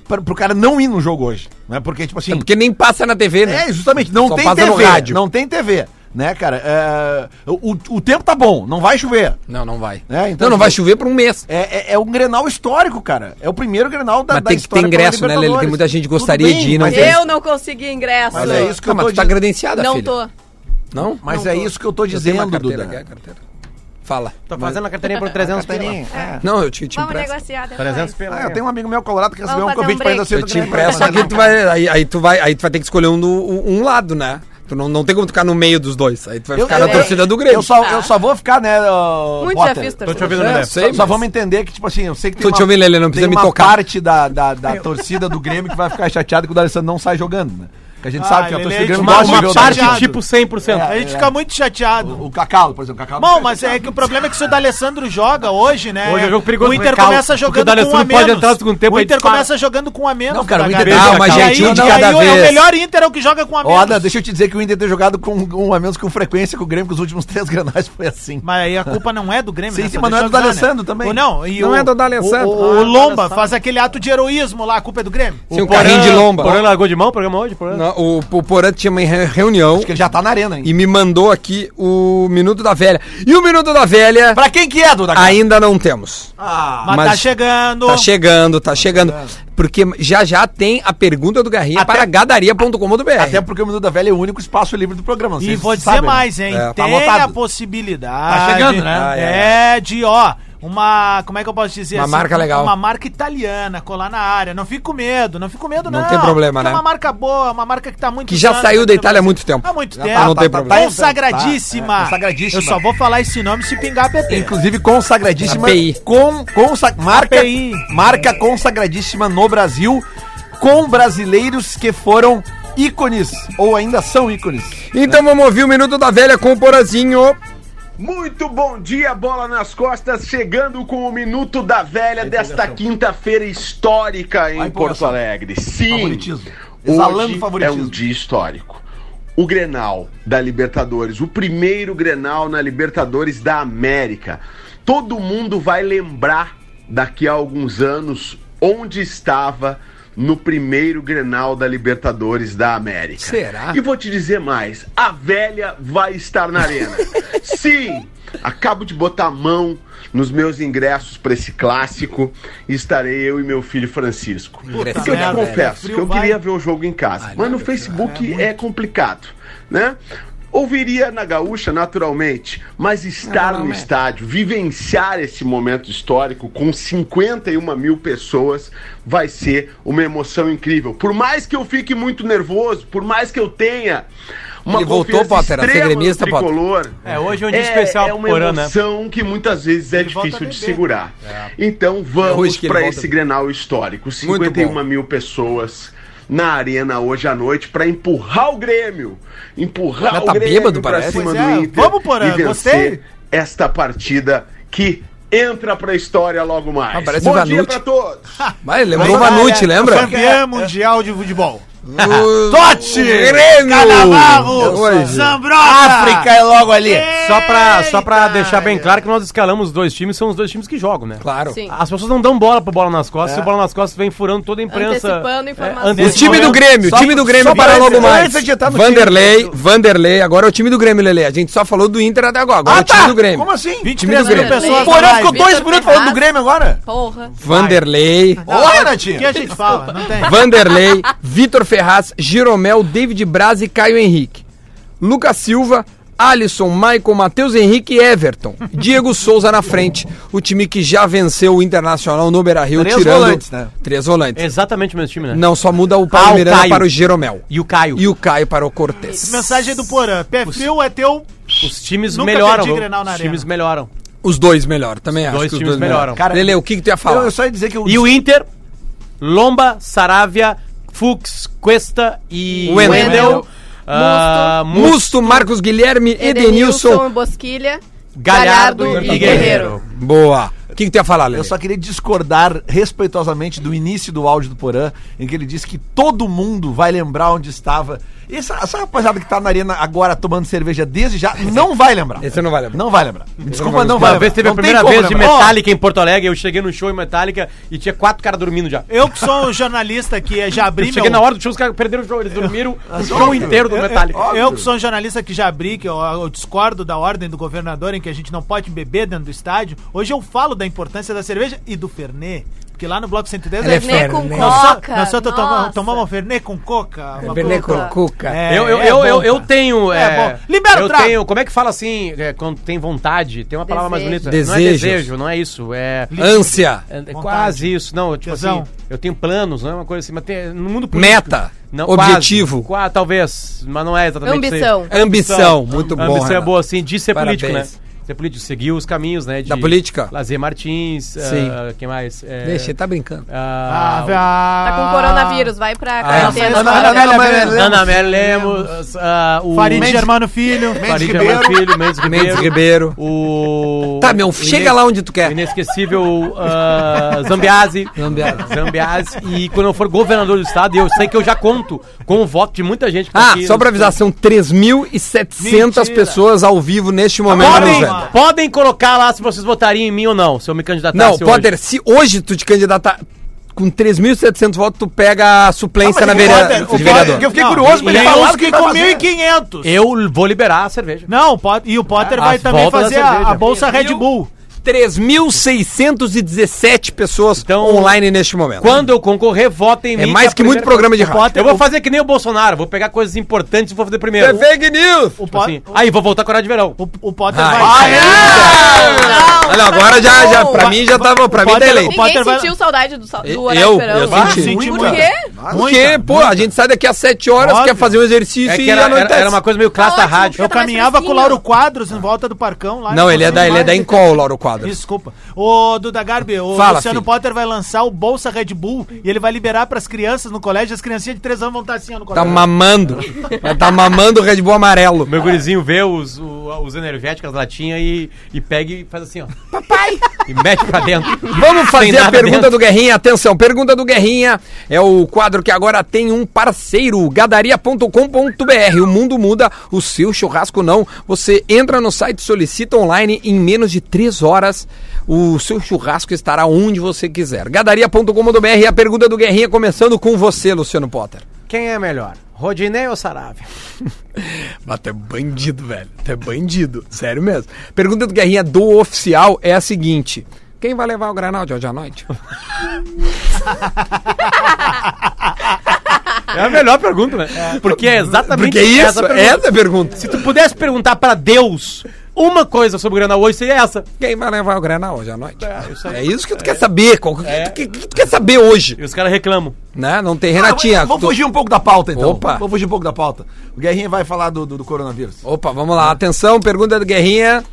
S5: pra, pro cara não ir no jogo hoje. Né? Porque, tipo assim.
S1: É Porque nem passa na TV, né?
S5: É, justamente, não
S1: Só
S5: tem
S1: passa
S5: TV.
S1: no rádio.
S5: Não tem TV. Né, cara? É, o, o tempo tá bom, não vai chover.
S1: Não, não vai.
S5: É, então-
S1: não, não vai chover por um mês.
S5: É, é, é um grenal histórico, cara. É o primeiro grenal da,
S1: Mas
S5: da
S1: tem que ter
S5: história pela
S1: ingresso, né, Lele?
S5: Libertadores.
S1: Tem muita gente que
S5: Tudo
S1: gostaria de ir, não
S5: mas
S1: tem.
S5: é,
S6: Eu não consegui ingresso.
S5: mas é isso que
S1: Ah,
S5: eu
S1: mas
S5: tô
S1: tu tá
S5: dizendo.
S1: credenciada,
S6: Não
S1: filha.
S6: tô.
S1: Não?
S5: Mas
S1: Não,
S5: é
S1: tô-
S5: isso que eu tô
S1: tenho
S5: dizendo,
S1: uma carteira,
S5: Duda.
S1: quer a carteira? Fala.
S3: Tô fazendo a carteirinha por 300 pila.
S5: É.
S1: Não, eu te, te
S6: Vamos
S1: empresto.
S6: negociar depois.
S3: 300 pila.
S5: Ah, eu tenho um amigo meu colorado que recebeu um
S6: Vamos fazer um
S5: convite pra ir na
S6: break.
S1: Eu
S5: Centro
S1: te
S5: Grêmio.
S1: empresto aqui, tu vai, aí, aí tu vai, aí tu vai ter que escolher um, do- um, um lado, né? Tu não, não tem como ficar no meio dos dois. Aí tu vai ficar na
S6: eu-
S1: torcida do Grêmio.
S5: Eu só,
S6: Tá.
S5: eu só vou ficar, né, ô,
S6: Muito
S5: Potter?
S6: desafio,
S3: Tô te ouvindo, né?
S1: É,
S3: Lelé.
S1: sei,
S5: só, só
S1: mas-
S5: vamos entender que, tipo assim, eu sei que tem
S1: Tô te ouvindo, Lelê, não
S5: tem
S1: precisa me
S5: uma
S1: tocar.
S5: parte da, da, da torcida do Grêmio que vai ficar chateada que o D'Alessandro não sai jogando, né? Porque a gente
S4: Ah,
S5: sabe que a
S4: Lelê,
S5: torcida do Grêmio
S4: uma-
S5: gosta de
S4: uma
S5: ver o
S4: parte
S5: D'Alessandro.
S4: tipo
S3: 100%.
S4: A gente
S5: É,
S4: fica
S5: é.
S4: muito chateado.
S5: O Cacalo, por exemplo, o Cacalo.
S4: Bom,
S5: fica
S4: mas é
S5: chateado.
S4: que o problema é que se o D'Alessandro joga hoje, né?
S3: Hoje é jogo perigoso
S4: O Inter
S3: pro Recalque,
S4: começa
S3: porque o
S4: jogando com um a
S3: D'Alessandro pode entrar no
S4: menos.
S3: segundo tempo,
S4: o
S3: aí
S4: Inter
S3: dispara.
S4: começa jogando com um a menos.
S5: Não, cara, o
S4: Braga.
S5: Inter-
S4: E
S1: Ah, mas
S4: aí-
S1: jeitinho de
S4: e aí
S1: cada
S4: o- É o
S1: vez.
S4: melhor Inter é o que joga com um a
S5: Ó,
S4: menos.
S5: Adam, deixa eu te dizer que o Inter tem jogado com um a menos com frequência que o Grêmio, que os últimos três granais foi assim.
S4: Mas aí a culpa não é do Grêmio,
S5: Sim, sim,
S4: Só
S5: mas não é
S4: deixa
S5: do
S4: eu avisar,
S5: D'Alessandro também.
S4: O- né? Não, e
S1: Não
S4: o-
S1: é do D'Alessandro.
S4: O, o- o Lomba faz aquele ato de heroísmo lá, a culpa é do Grêmio.
S1: Sim, o um carrinho de lomba.
S3: Porã largou um de mão o programa hoje, Porã?
S1: Não, o, o Porã tinha uma re- reunião
S5: Porque ele já tá na arena, hein?
S1: e me mandou aqui o Minuto da Velha. E o Minuto da Velha
S5: pra quem que é, Duda?
S1: ainda não temos.
S5: Ah,
S4: Mas,
S1: Mas
S4: tá chegando.
S1: Tá chegando, tá chegando. Porque já já tem a pergunta do Garrinha
S5: Até-
S1: para gadaria.com.br.
S5: até porque o Minuto da Velha é o único espaço livre do programa. não sei se
S4: E vou
S5: vocês
S4: dizer
S5: sabem, né?
S4: mais, hein?
S1: É, Ah,
S5: tá
S4: tem
S5: lotado.
S4: a possibilidade.
S5: Tá chegando, né?
S4: É, de, ó, uma. Como é que eu posso dizer
S1: Uma marca legal.
S4: Uma marca italiana, colar na área. Não fique com medo, não fique com medo, não.
S1: Não tem problema,
S4: porque É
S1: né?
S4: uma marca boa, uma marca que tá muito.
S1: Que já
S4: usada
S1: saiu da
S4: aqui no
S1: Itália há
S4: Brasil.
S1: muito tempo. Ah,
S4: Há muito
S5: Já
S4: tempo.
S5: tá, tá,
S1: problema.
S5: tá,
S4: consagradíssima.
S5: tá, é, consagradíssima.
S4: Eu só vou falar esse nome se pingar a
S3: É.
S4: PT.
S5: Inclusive consagradíssima.
S1: API.
S5: Com, consa, marca,
S4: API.
S5: marca consagradíssima no Brasil com brasileiros que foram ícones ou ainda são ícones.
S1: Então vamos ouvir o Minuto da Velha com o Porazinho.
S8: Muito bom dia, bola nas costas, chegando com o minuto da velha desta quinta-feira histórica em
S5: Vai,
S8: Porto
S5: empolgação.
S8: Alegre. Sim,
S5: Favoritismo. Exalando
S8: hoje é
S5: favoritismo.
S8: um dia histórico. O Grenal da Libertadores, o primeiro Grenal na Libertadores da América. Todo mundo vai lembrar daqui a alguns anos onde estava no primeiro Grenal da Libertadores da América.
S1: Será?
S8: E vou te dizer mais: a velha vai estar na arena. Sim, acabo de botar a mão nos meus ingressos para esse clássico. E estarei eu e meu filho Francisco. Porque eu te
S4: merda,
S8: confesso
S4: velho.
S8: que eu
S4: Frio
S8: queria ver o jogo em casa, mas no Facebook é, complicado, né? Ouviria na gaúcha naturalmente, mas estar no estádio, vivenciar esse momento histórico com 51 mil pessoas vai ser uma emoção incrível. Por mais que eu fique muito nervoso, por mais que eu tenha uma
S1: Ele voltou,
S8: confiança
S1: Potter, a ser
S8: extrema no
S1: gremista, Potter.
S8: tricolor,
S3: É, hoje é um dia especial
S8: é
S3: pro
S8: uma
S3: Porã, né?
S8: emoção que muitas vezes é
S4: volta
S8: difícil
S4: a
S8: de
S4: beber.
S8: segurar. Então
S1: É. hoje
S8: vamos
S1: que ele
S8: para
S1: volta a
S8: esse Grenal histórico. 51 mil pessoas na arena hoje à noite para empurrar o Grêmio. Empurrar
S1: Mas
S8: o
S1: tá
S8: Grêmio
S1: bêbado,
S8: pra
S1: parece.
S8: cima
S4: Pois é,
S8: do Inter
S4: vamos, Porã,
S8: e vencer
S4: gostei.
S8: esta partida que entra pra história logo mais.
S1: Ah, parece o
S8: Bom dia
S1: Vanucci.
S8: pra todos.
S1: Vai, lembrou o Vanucci, lembra?
S5: É,
S4: Campeão mundial de futebol.
S1: O-
S5: Totti!
S1: o Grêmio!
S4: Canavarro!
S1: Hoje.
S4: Zambrota!
S5: é logo ali.
S3: Só pra, só pra deixar bem claro que nós escalamos os dois times, são os dois times que jogam, né?
S1: Claro.
S6: Sim.
S3: As pessoas não dão bola pro bola nas
S5: É.
S3: costas, e o bola nas costas vem furando toda a imprensa. É.
S6: Antecipando informação.
S3: ante-
S1: O time do Grêmio, o
S5: Só-
S1: time do Grêmio
S5: só
S1: para
S5: parece-
S1: logo mais.
S5: antes de entrar tá no
S1: Vanderlei, Vanderlei, agora é o time do Grêmio, Lele. A gente só falou do Inter até agora, agora é o time do Grêmio.
S5: Ah, Como assim?
S4: 23
S1: Time do
S4: mil
S1: Grêmio.
S4: pessoas na
S5: Porém,
S4: live.
S5: ficou dois
S6: Vitor
S5: minutos falando do
S6: Ferraz.
S5: Grêmio agora?
S6: Porra.
S5: assim?
S1: Vanderlei,
S5: Olha,
S4: O que a
S5: Natinha.
S4: gente fala? Não tem.
S1: Vanderlei, Vitor Ferraz, Giromel, David Braz e Caio Henrique. Lucas Silva, Alisson, Maicon, Matheus Henrique e Everton. Diego Souza na frente. O time que já venceu o Internacional no Beira-Rio,
S5: Três
S1: tirando...
S5: volantes, né?
S1: Três volantes.
S3: Exatamente o mesmo time, né?
S1: Não, só muda o Paulo
S3: Ah, o
S1: Miranda
S3: Caio.
S1: para o Jeromel.
S3: E o Caio.
S1: E o Caio para o Cortez.
S4: Mensagem do Porã. Perfil é teu.
S3: Os times
S4: Nunca
S3: melhoram.
S4: perdi Grenal na
S3: Os times
S4: arena.
S3: melhoram.
S1: Os dois melhor, também acho.
S3: dois
S1: que os
S3: times melhoram.
S5: Cara,
S1: Lele, o que, que tu ia falar?
S5: Eu, eu só ia dizer que o.
S3: E o Inter, Lomba, Saravia, Fuchs, Cuesta e
S1: Wendel.
S3: Wendel. ah, Musto,
S1: Musto, Marcos Guilherme, Edenilson.
S6: Bosquilha,
S3: Galhardo,
S6: Galhardo
S3: e
S6: e
S3: Guerreiro.
S1: Boa. O que, que tu ia falar, Lele?
S5: Eu só queria discordar respeitosamente do início do áudio do Porã, em que ele disse que todo mundo vai lembrar onde estava. E essa, essa rapaziada que tá na arena agora tomando cerveja desde já não vai lembrar.
S1: Esse eu não vai lembrar.
S5: Não vai lembrar. Me desculpa,
S1: vai
S5: não vai lembrar.
S3: Uma vez teve a
S5: Não tem
S3: primeira
S5: como
S3: vez
S4: né?
S3: de
S5: lembrar.
S3: Metallica em Porto Alegre, eu cheguei no show em Metallica e tinha quatro caras dormindo já.
S4: Eu que sou um jornalista que já abri
S3: Eu cheguei na hora do show, os caras perderam o show, eles dormiram o show inteiro do Metallica.
S4: Eu, eu que sou um jornalista que já abri, que eu, eu discordo da ordem do governador em que a gente não pode beber dentro do estádio. Hoje eu falo da importância da cerveja e do Fernet. Porque lá no Bloco 110
S9: Ela é
S6: Fernet
S9: fera,
S6: com
S9: né?
S4: Nós só,
S6: coca.
S4: nós só to-
S6: nossa.
S4: tomamos, tomamos um Fernet com coca. uma
S9: Bernet
S6: Cuca.
S9: com cuca.
S4: É,
S3: eu, eu,
S4: é
S3: eu,
S4: bom,
S3: eu, eu
S4: cara.
S3: tenho.
S4: É
S3: É,
S4: bom. Libera o
S3: eu
S4: trago.
S3: tenho. Como é que fala assim? é, quando tem vontade, tem uma palavra mais
S6: Desejo.
S3: bonita.
S1: Desejos.
S3: Não é desejo, não é isso. É.
S1: Ânsia.
S3: é- é
S4: Vontade.
S3: quase isso. Não, tipo
S4: Tesão.
S3: assim, eu tenho planos, não é uma coisa assim, mas tem, no mundo
S1: Meta.
S3: Não,
S1: Objetivo.
S3: Quase, quase, talvez, mas não é exatamente isso aí.
S6: Ambição.
S1: Ambição, muito
S3: A
S1: bom.
S3: ambição é
S1: Renato.
S3: boa, assim, de ser
S1: Parabéns.
S3: político, né? Ser político, seguir os caminhos, né? de
S1: Da política?
S3: Lazer Martins,
S1: Sim.
S3: ah, quem mais? É,
S9: Deixa, ele tá brincando.
S3: ah,
S4: Ah,
S6: Tá com coronavírus, vai pra
S4: é.
S6: quarentena.
S4: Ana- Ana-
S6: agora.
S4: Ana-
S3: Ana Amélia Lemos, ah, o
S4: Farid Germano Filho.
S3: Farid Germano Filho, É. Mendes Ribeiro.
S1: Mendes Ribeiro.
S3: O...
S1: Tá, meu,
S3: o
S1: chega
S3: Inês-
S1: lá onde tu
S3: o
S1: quer.
S3: Inesquecível ah, Zambiase.
S1: Zambiase.
S3: Zambiase. E quando eu for governador do estado, eu sei que eu já conto com o voto de muita gente. que tá
S1: Ah,
S3: aqui
S1: só
S3: no
S1: pra avisar, são 3.700
S4: Mentira.
S1: pessoas ao vivo neste momento.
S3: Podem,
S1: nos vendo.
S3: podem colocar lá se vocês votariam em mim ou não, Tá, se eu me
S1: Não,
S3: candidatasse
S1: Potter,
S3: hoje.
S1: se hoje tu te candidatar com 3.700 votos, tu pega a suplência na vereança
S4: Potter-
S1: de
S4: o Potter-
S1: vereador.
S5: Porque eu fiquei
S4: Não,
S5: curioso pra
S4: e
S5: ele
S4: eu
S5: falar o que
S4: fiquei
S5: ele vai
S4: com
S5: fazer.
S4: 1.500.
S3: Eu vou liberar a cerveja.
S4: Não, o Pot- e o Potter
S3: Ah,
S4: vai
S3: as
S4: também
S3: voltas da
S4: fazer a,
S3: cerveja.
S4: a bolsa Red
S1: Mil-
S4: Bull.
S1: 3.617 pessoas
S3: Então,
S1: online neste momento.
S3: Quando eu concorrer, votem em
S1: É
S3: mim.
S1: mais
S3: a
S1: que muito
S3: primeira
S1: programa de
S3: coisa-
S1: rádio.
S3: Eu vou fazer que nem o Bolsonaro, vou pegar coisas importantes e vou fazer primeiro.
S1: é fake news!
S4: O,
S3: Tipo
S4: Po-
S3: assim, aí, vou voltar com a hora de verão. É
S4: o, o Potter
S1: Ai.
S4: vai.
S1: Ah, não, agora já, já, pra mim já tava, pra mim tá
S3: é
S4: Potter-
S1: eleito.
S4: o
S6: Ninguém
S4: Potter vai-
S6: sentiu saudade do, sa- do horário
S1: Eu-
S6: de verão.
S1: eu
S6: né?
S1: senti.
S4: Senti
S6: Por
S4: muito.
S6: quê?
S1: Ah, Porque, pô, a gente sai daqui às 7 horas,
S4: Óbvio.
S1: quer fazer um exercício
S3: É que
S1: e
S3: era, era,
S1: anoitece.
S3: era uma coisa meio classe da
S6: Tá ótimo,
S3: rádio.
S4: Eu
S6: Tá mais
S4: caminhava com o
S6: fresquinho.
S4: Lauro Quadros em volta do Parcão. Lá
S1: Não,
S4: em
S1: ele é da, ele é da Incol, Lauro Quadro.
S4: Desculpa. Ô, Duda Garbi, o
S1: Fala,
S4: Luciano
S1: filho.
S4: Potter vai lançar o Bolsa Red Bull e ele vai liberar pras crianças no colégio. As criancinhas de 3 anos vão estar assim ó, no
S1: Tá
S4: colégio.
S1: mamando. tá mamando o Red Bull amarelo.
S3: Meu gurizinho vê os, o- os energéticos, as latinhas e, e pega e faz assim, ó. Papai! E mete pra dentro.
S1: Vamos
S3: Sem
S1: fazer a
S3: nada
S1: pergunta
S3: dentro.
S1: do Guerrinha. Atenção, pergunta do Guerrinha é o quadro que agora tem um parceiro, gadaria.com.br. O mundo muda, o seu churrasco não. Você entra no site, solicita online em menos de três horas. O seu churrasco estará onde você quiser. Gadaria.com.br. A pergunta do Guerrinha começando com você, Luciano Potter.
S3: Quem é melhor? Rodinei ou Sarave?
S1: Mas tu é bandido, velho. Tu é bandido. Sério mesmo. Pergunta do Guerrinha do oficial é a seguinte: Quem vai levar o granal de hoje à noite?
S3: É a melhor pergunta, né? Porque é exatamente
S1: Porque é isso,
S3: essa
S1: essa,
S3: pergunta.
S1: é a pergunta.
S3: Se tu pudesse perguntar pra Deus uma coisa sobre o Granal hoje, seria essa.
S1: Quem vai levar o Grenal hoje à noite? É isso, que tu quer saber. Qual, o que, tu, que- que tu quer saber hoje?
S3: E os caras reclamam.
S1: Né? Não
S5: Ah,
S1: tem Renatinha.
S5: Vamos
S1: tu-
S5: fugir um pouco da pauta, então.
S1: Opa.
S5: Vamos fugir um pouco da pauta. O Guerrinha vai falar do, do, do coronavírus.
S1: Opa, vamos lá. Atenção, pergunta do Guerrinha.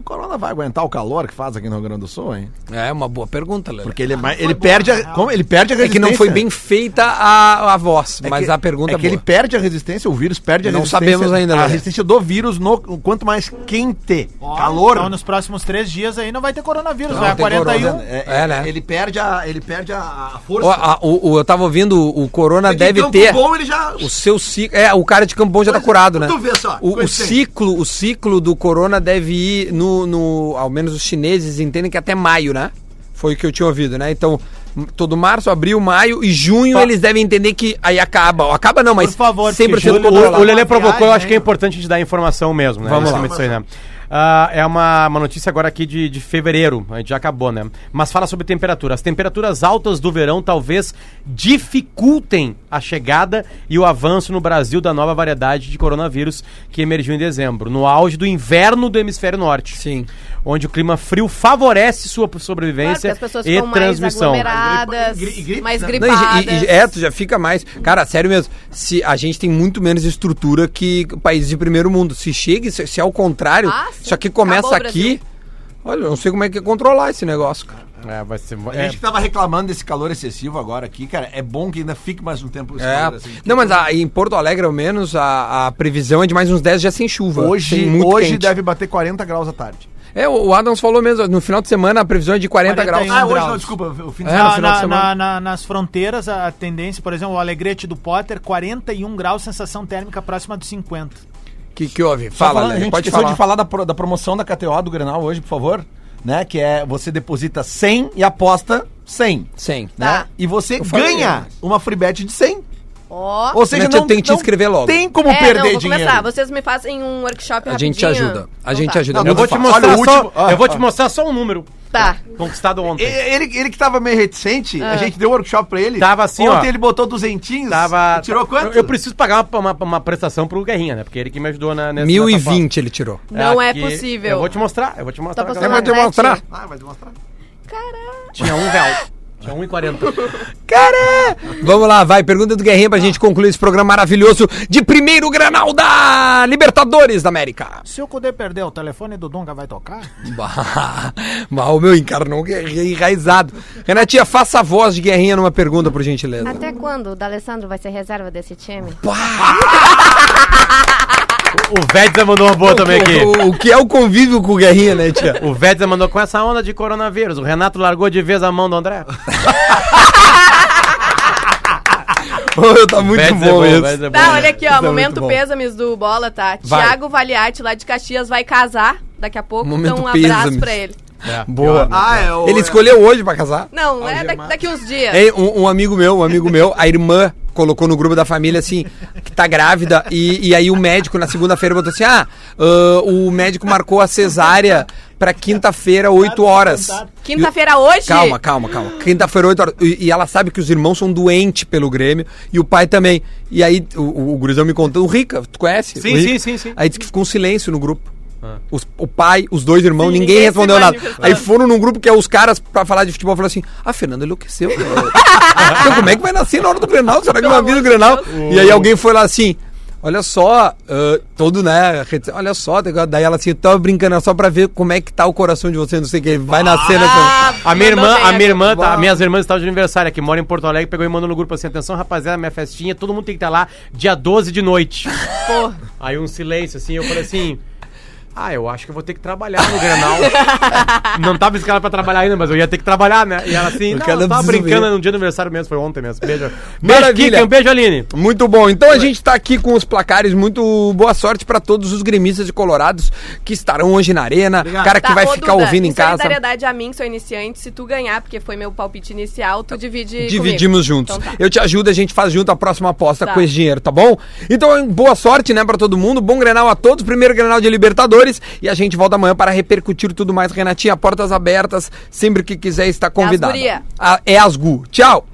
S5: O corona vai aguentar o calor que faz aqui no Rio Grande do Sul, hein?
S1: É uma boa pergunta, Lelê.
S5: Porque ele, é mais- ele, perde, a, como, ele perde
S1: É
S5: a
S1: que
S5: resistência.
S1: não foi bem feita a, a voz, mas a pergunta
S5: é que ele
S1: boa.
S5: perde a resistência, o vírus perde a
S1: Não
S5: resistência.
S1: sabemos ainda, né?
S5: A resistência do vírus no quanto mais quente,
S4: Ó,
S5: calor.
S4: Então, nos próximos três dias aí não vai ter coronavírus,
S5: Não,
S4: vai a
S5: tem
S4: 41.
S5: corona. É, é,
S1: É, né?
S5: Ele perde a, ele perde a, a força.
S1: Ó, a- o- o- eu tava ouvindo, o Corona
S5: Ele
S1: deve
S5: tem um
S1: ter...
S5: bom, ele já...
S1: O seu ciclo. É, o cara de Campo Bom já tá
S5: Pois é,
S1: curado, né?
S5: tu vê só,
S1: O, o
S5: coincidência.
S1: ciclo, o ciclo do corona deve ir no, no. Ao menos os chineses entendem que até maio, né? Foi o que eu tinha ouvido, né? Então, m- todo março, abril, maio e junho eles devem entender que aí acaba. Ou Acaba não, mas
S4: Por favor, porque
S3: O,
S4: julho-
S1: controlado.
S3: o Lelê
S4: Uma
S3: provocou, eu
S4: viagem,
S3: acho que é
S5: né?
S4: hein?
S3: importante a gente dar informação mesmo, né?
S1: Vamos lá.
S3: Basicamente isso aí, né? Ah, é uma, uma notícia agora aqui de, de fevereiro, a gente já acabou, né? Mas fala sobre temperatura. As temperaturas altas do verão talvez dificultem a chegada e o avanço no Brasil da nova variedade de coronavírus que emergiu em dezembro, no auge do inverno do hemisfério norte.
S1: Sim.
S3: Onde o clima frio favorece sua
S6: Claro, porque
S3: sobrevivência
S6: as pessoas
S3: e
S6: ficam mais
S3: transmissão.
S6: aglomeradas,
S5: E gripe,
S6: mais
S5: né?
S1: Não, e-
S6: gripadas.
S1: e, e- é, tu já fica mais. Cara, sério mesmo, se a gente tem muito menos estrutura que países de primeiro mundo. Se chega, se, se é ao contrário,
S6: Ah, sim.
S1: isso aqui começa
S6: Acabou o
S1: aqui. Olha, eu não sei como é que é controlar esse negócio, cara.
S3: É, vai ser,
S5: A
S3: é,
S5: gente que tava reclamando desse calor excessivo agora aqui, cara, é bom que ainda fique mais um tempo esse
S1: É.
S5: calor, assim.
S1: Não, mas a- em Porto Alegre, ao menos, a, a previsão é de mais uns 10 dias sem chuva.
S5: Hoje,
S1: Tem muito
S5: hoje
S1: quente.
S5: deve bater 40 graus à tarde.
S1: É, o o Adams falou mesmo, no final de semana a previsão é de 40
S4: 41
S1: graus.
S4: Ah, hoje
S5: não, desculpa, o fim de
S1: É,
S4: Na-
S1: no final de
S4: na-
S1: semana.
S4: na- na- nas fronteiras, a a tendência, por exemplo, o Alegrete do Potter, 41 graus, sensação térmica próxima dos 50.
S1: Que que houve?
S5: Só
S1: Fala,
S5: falando,
S1: Lelê,
S5: a gente
S1: pode
S5: esqueceu
S1: falar.
S5: de falar da, pro- da promoção da KTO do Grenal hoje, por favor. Né? Que é você deposita 100 e aposta 100.
S1: Sim.
S5: Né?
S6: Tá.
S5: E você
S1: Eu falei,
S5: ganha
S1: né?
S5: uma free bet de 100.
S6: Ó.
S5: Ou seja,
S1: Mas eu
S5: não
S1: tenho que te inscrever logo.
S5: tem como
S6: é,
S5: perder
S6: não, vou
S5: dinheiro.
S6: começar. Vocês me fazem um workshop
S1: A gente te
S6: rapidinho?
S1: ajuda. A
S6: Então
S1: gente
S6: tá.
S1: ajuda.
S5: Não,
S3: Eu
S1: Muito
S3: vou te
S5: Olha,
S1: fácil.
S3: mostrar
S5: o
S3: só,
S5: último- ah,
S3: eu vou te
S5: ah.
S3: mostrar só um número.
S6: Tá.
S3: Conquistado
S9: E-
S3: ontem.
S9: Ele, ele que tava meio reticente,
S1: Ah.
S9: a
S5: um
S9: gente deu workshop pra ele.
S3: Tava assim,
S9: Ontem
S3: ó.
S9: ele botou duzentinhos.
S3: Tava.
S9: e Tirou quanto?
S3: Eu, eu preciso pagar uma, uma, uma prestação pro Guerrinha, né? Porque ele que me ajudou na, nessa. nessa foto.
S1: 1020 ele tirou.
S6: Não é
S3: Aqui-
S6: possível.
S3: Eu vou te mostrar, eu vou te
S6: Tá
S3: mostrar.
S6: passando
S5: É
S3: cara.
S6: na net?
S1: demonstrar.
S9: Ah, vai demonstrar.
S6: Caraca.
S3: Tinha um real. Tinha 1,40.
S1: Cara! Vamos lá, vai. Pergunta do Guerrinha pra gente concluir esse programa maravilhoso de primeiro granal da Libertadores da América.
S4: Se o Cudê perder, o telefone do Dunga vai tocar?
S1: Bah, bah, o meu encarnou o Guerrinha enraizado. Renatinha, faça a voz de Guerrinha numa pergunta, por gentileza.
S10: Até quando o D'Alessandro vai ser reserva desse time?
S3: o Vedza mandou uma boa também aqui.
S1: O, o que é o convívio com o Guerrinha, né, tia?
S3: O Vedza mandou com essa onda de coronavírus. O Renato largou de vez a mão do André.
S1: Ô, tá muito
S3: Vedza é
S1: bom né?
S3: o
S1: isso.
S3: Vedza é bom.
S6: Tá, olha aqui, ó.
S1: muito
S6: momento
S1: bom.
S6: pêsames do Bola, tá?
S1: Vai.
S6: Tiago Valiati, lá de Caxias, vai casar daqui a pouco.
S1: Momento
S6: então, um abraço
S1: pêsames.
S6: pra ele.
S1: Boa.
S9: Ah, é o.
S1: Ele escolheu hoje pra casar?
S6: Não, é da- daqui uns dias.
S1: Ei, um, um amigo meu, um amigo meu, a irmã colocou no grupo da família assim, que tá grávida, e, e aí o médico na segunda-feira botou assim: ah, ah, o médico marcou a cesárea pra quinta-feira, 8 horas.
S6: Quinta-feira hoje?
S1: Calma, calma, calma. Quinta-feira, 8 horas. E, e ela sabe que os irmãos são doentes pelo Grêmio e o pai também. E aí o, o, o gurizão me contou, o Rica, tu conhece?
S3: Sim,
S1: O Rica?
S3: sim, sim, sim.
S1: Aí disse que ficou um silêncio no grupo. Os- o pai, os dois irmãos,
S6: Ah. Sim,
S1: ninguém,
S6: ninguém se
S1: respondeu nada.
S6: manifestou.
S1: Aí foram num grupo que é os caras pra falar de futebol falaram assim: a Fernanda enlouqueceu. cara." Então, como é que vai nascer na hora do Grenal? Será que não avisa o Grenal? E aí alguém foi lá assim. Olha só, ah, todo, né? reti- Olha só, daí ela assim, eu tava brincando, é só pra ver como é que tá o coração de você, não sei o que, vai nascer né, na
S6: Ah,
S3: A minha
S6: mandou
S3: irmã,
S6: bem
S3: a
S6: aqui.
S3: minha irmã, tá, minhas irmãs estavam de aniversário aqui, mora em Porto Alegre, pegou e mandou no grupo assim, atenção, rapaziada, minha festinha, todo mundo tem que estar lá dia 12 de noite.
S6: Pô,
S3: Aí um silêncio, assim, eu falei assim. Ah, eu acho que eu vou ter que trabalhar no Grenal. não tava escala pra trabalhar ainda, mas eu ia ter que trabalhar, né? E ela assim,
S1: O
S3: não,
S1: cara
S3: eu tava
S1: precisa
S3: brincando
S1: ver.
S3: no dia do aniversário mesmo, foi ontem mesmo. Beijo. Beijo,
S1: Maravilha.
S3: Kika, um beijo, Aline.
S1: Muito bom. Então a gente tá aqui com os placares. Muito boa sorte pra todos os gremistas e colorados que estarão hoje na arena. Cara que
S6: tá,
S1: vai
S6: ô,
S1: ficar
S6: Duda,
S1: ouvindo em casa.
S6: solidariedade a mim, que sou iniciante, se tu ganhar, porque foi meu palpite inicial, tu divide
S1: Tá. Dividimos
S6: comigo.
S1: juntos.
S6: Então tá.
S1: Eu te ajudo, a gente faz junto a próxima aposta
S6: Tá.
S1: com esse dinheiro, tá bom? Então, boa sorte, né, pra todo mundo. Bom Grenal a todos. Primeiro Grenal de Libertadores. E a gente volta amanhã para repercutir tudo mais. Renatinha, portas abertas. Ah, é Sempre que quiser está convidado.
S6: guria.
S1: É Asgu. Tchau.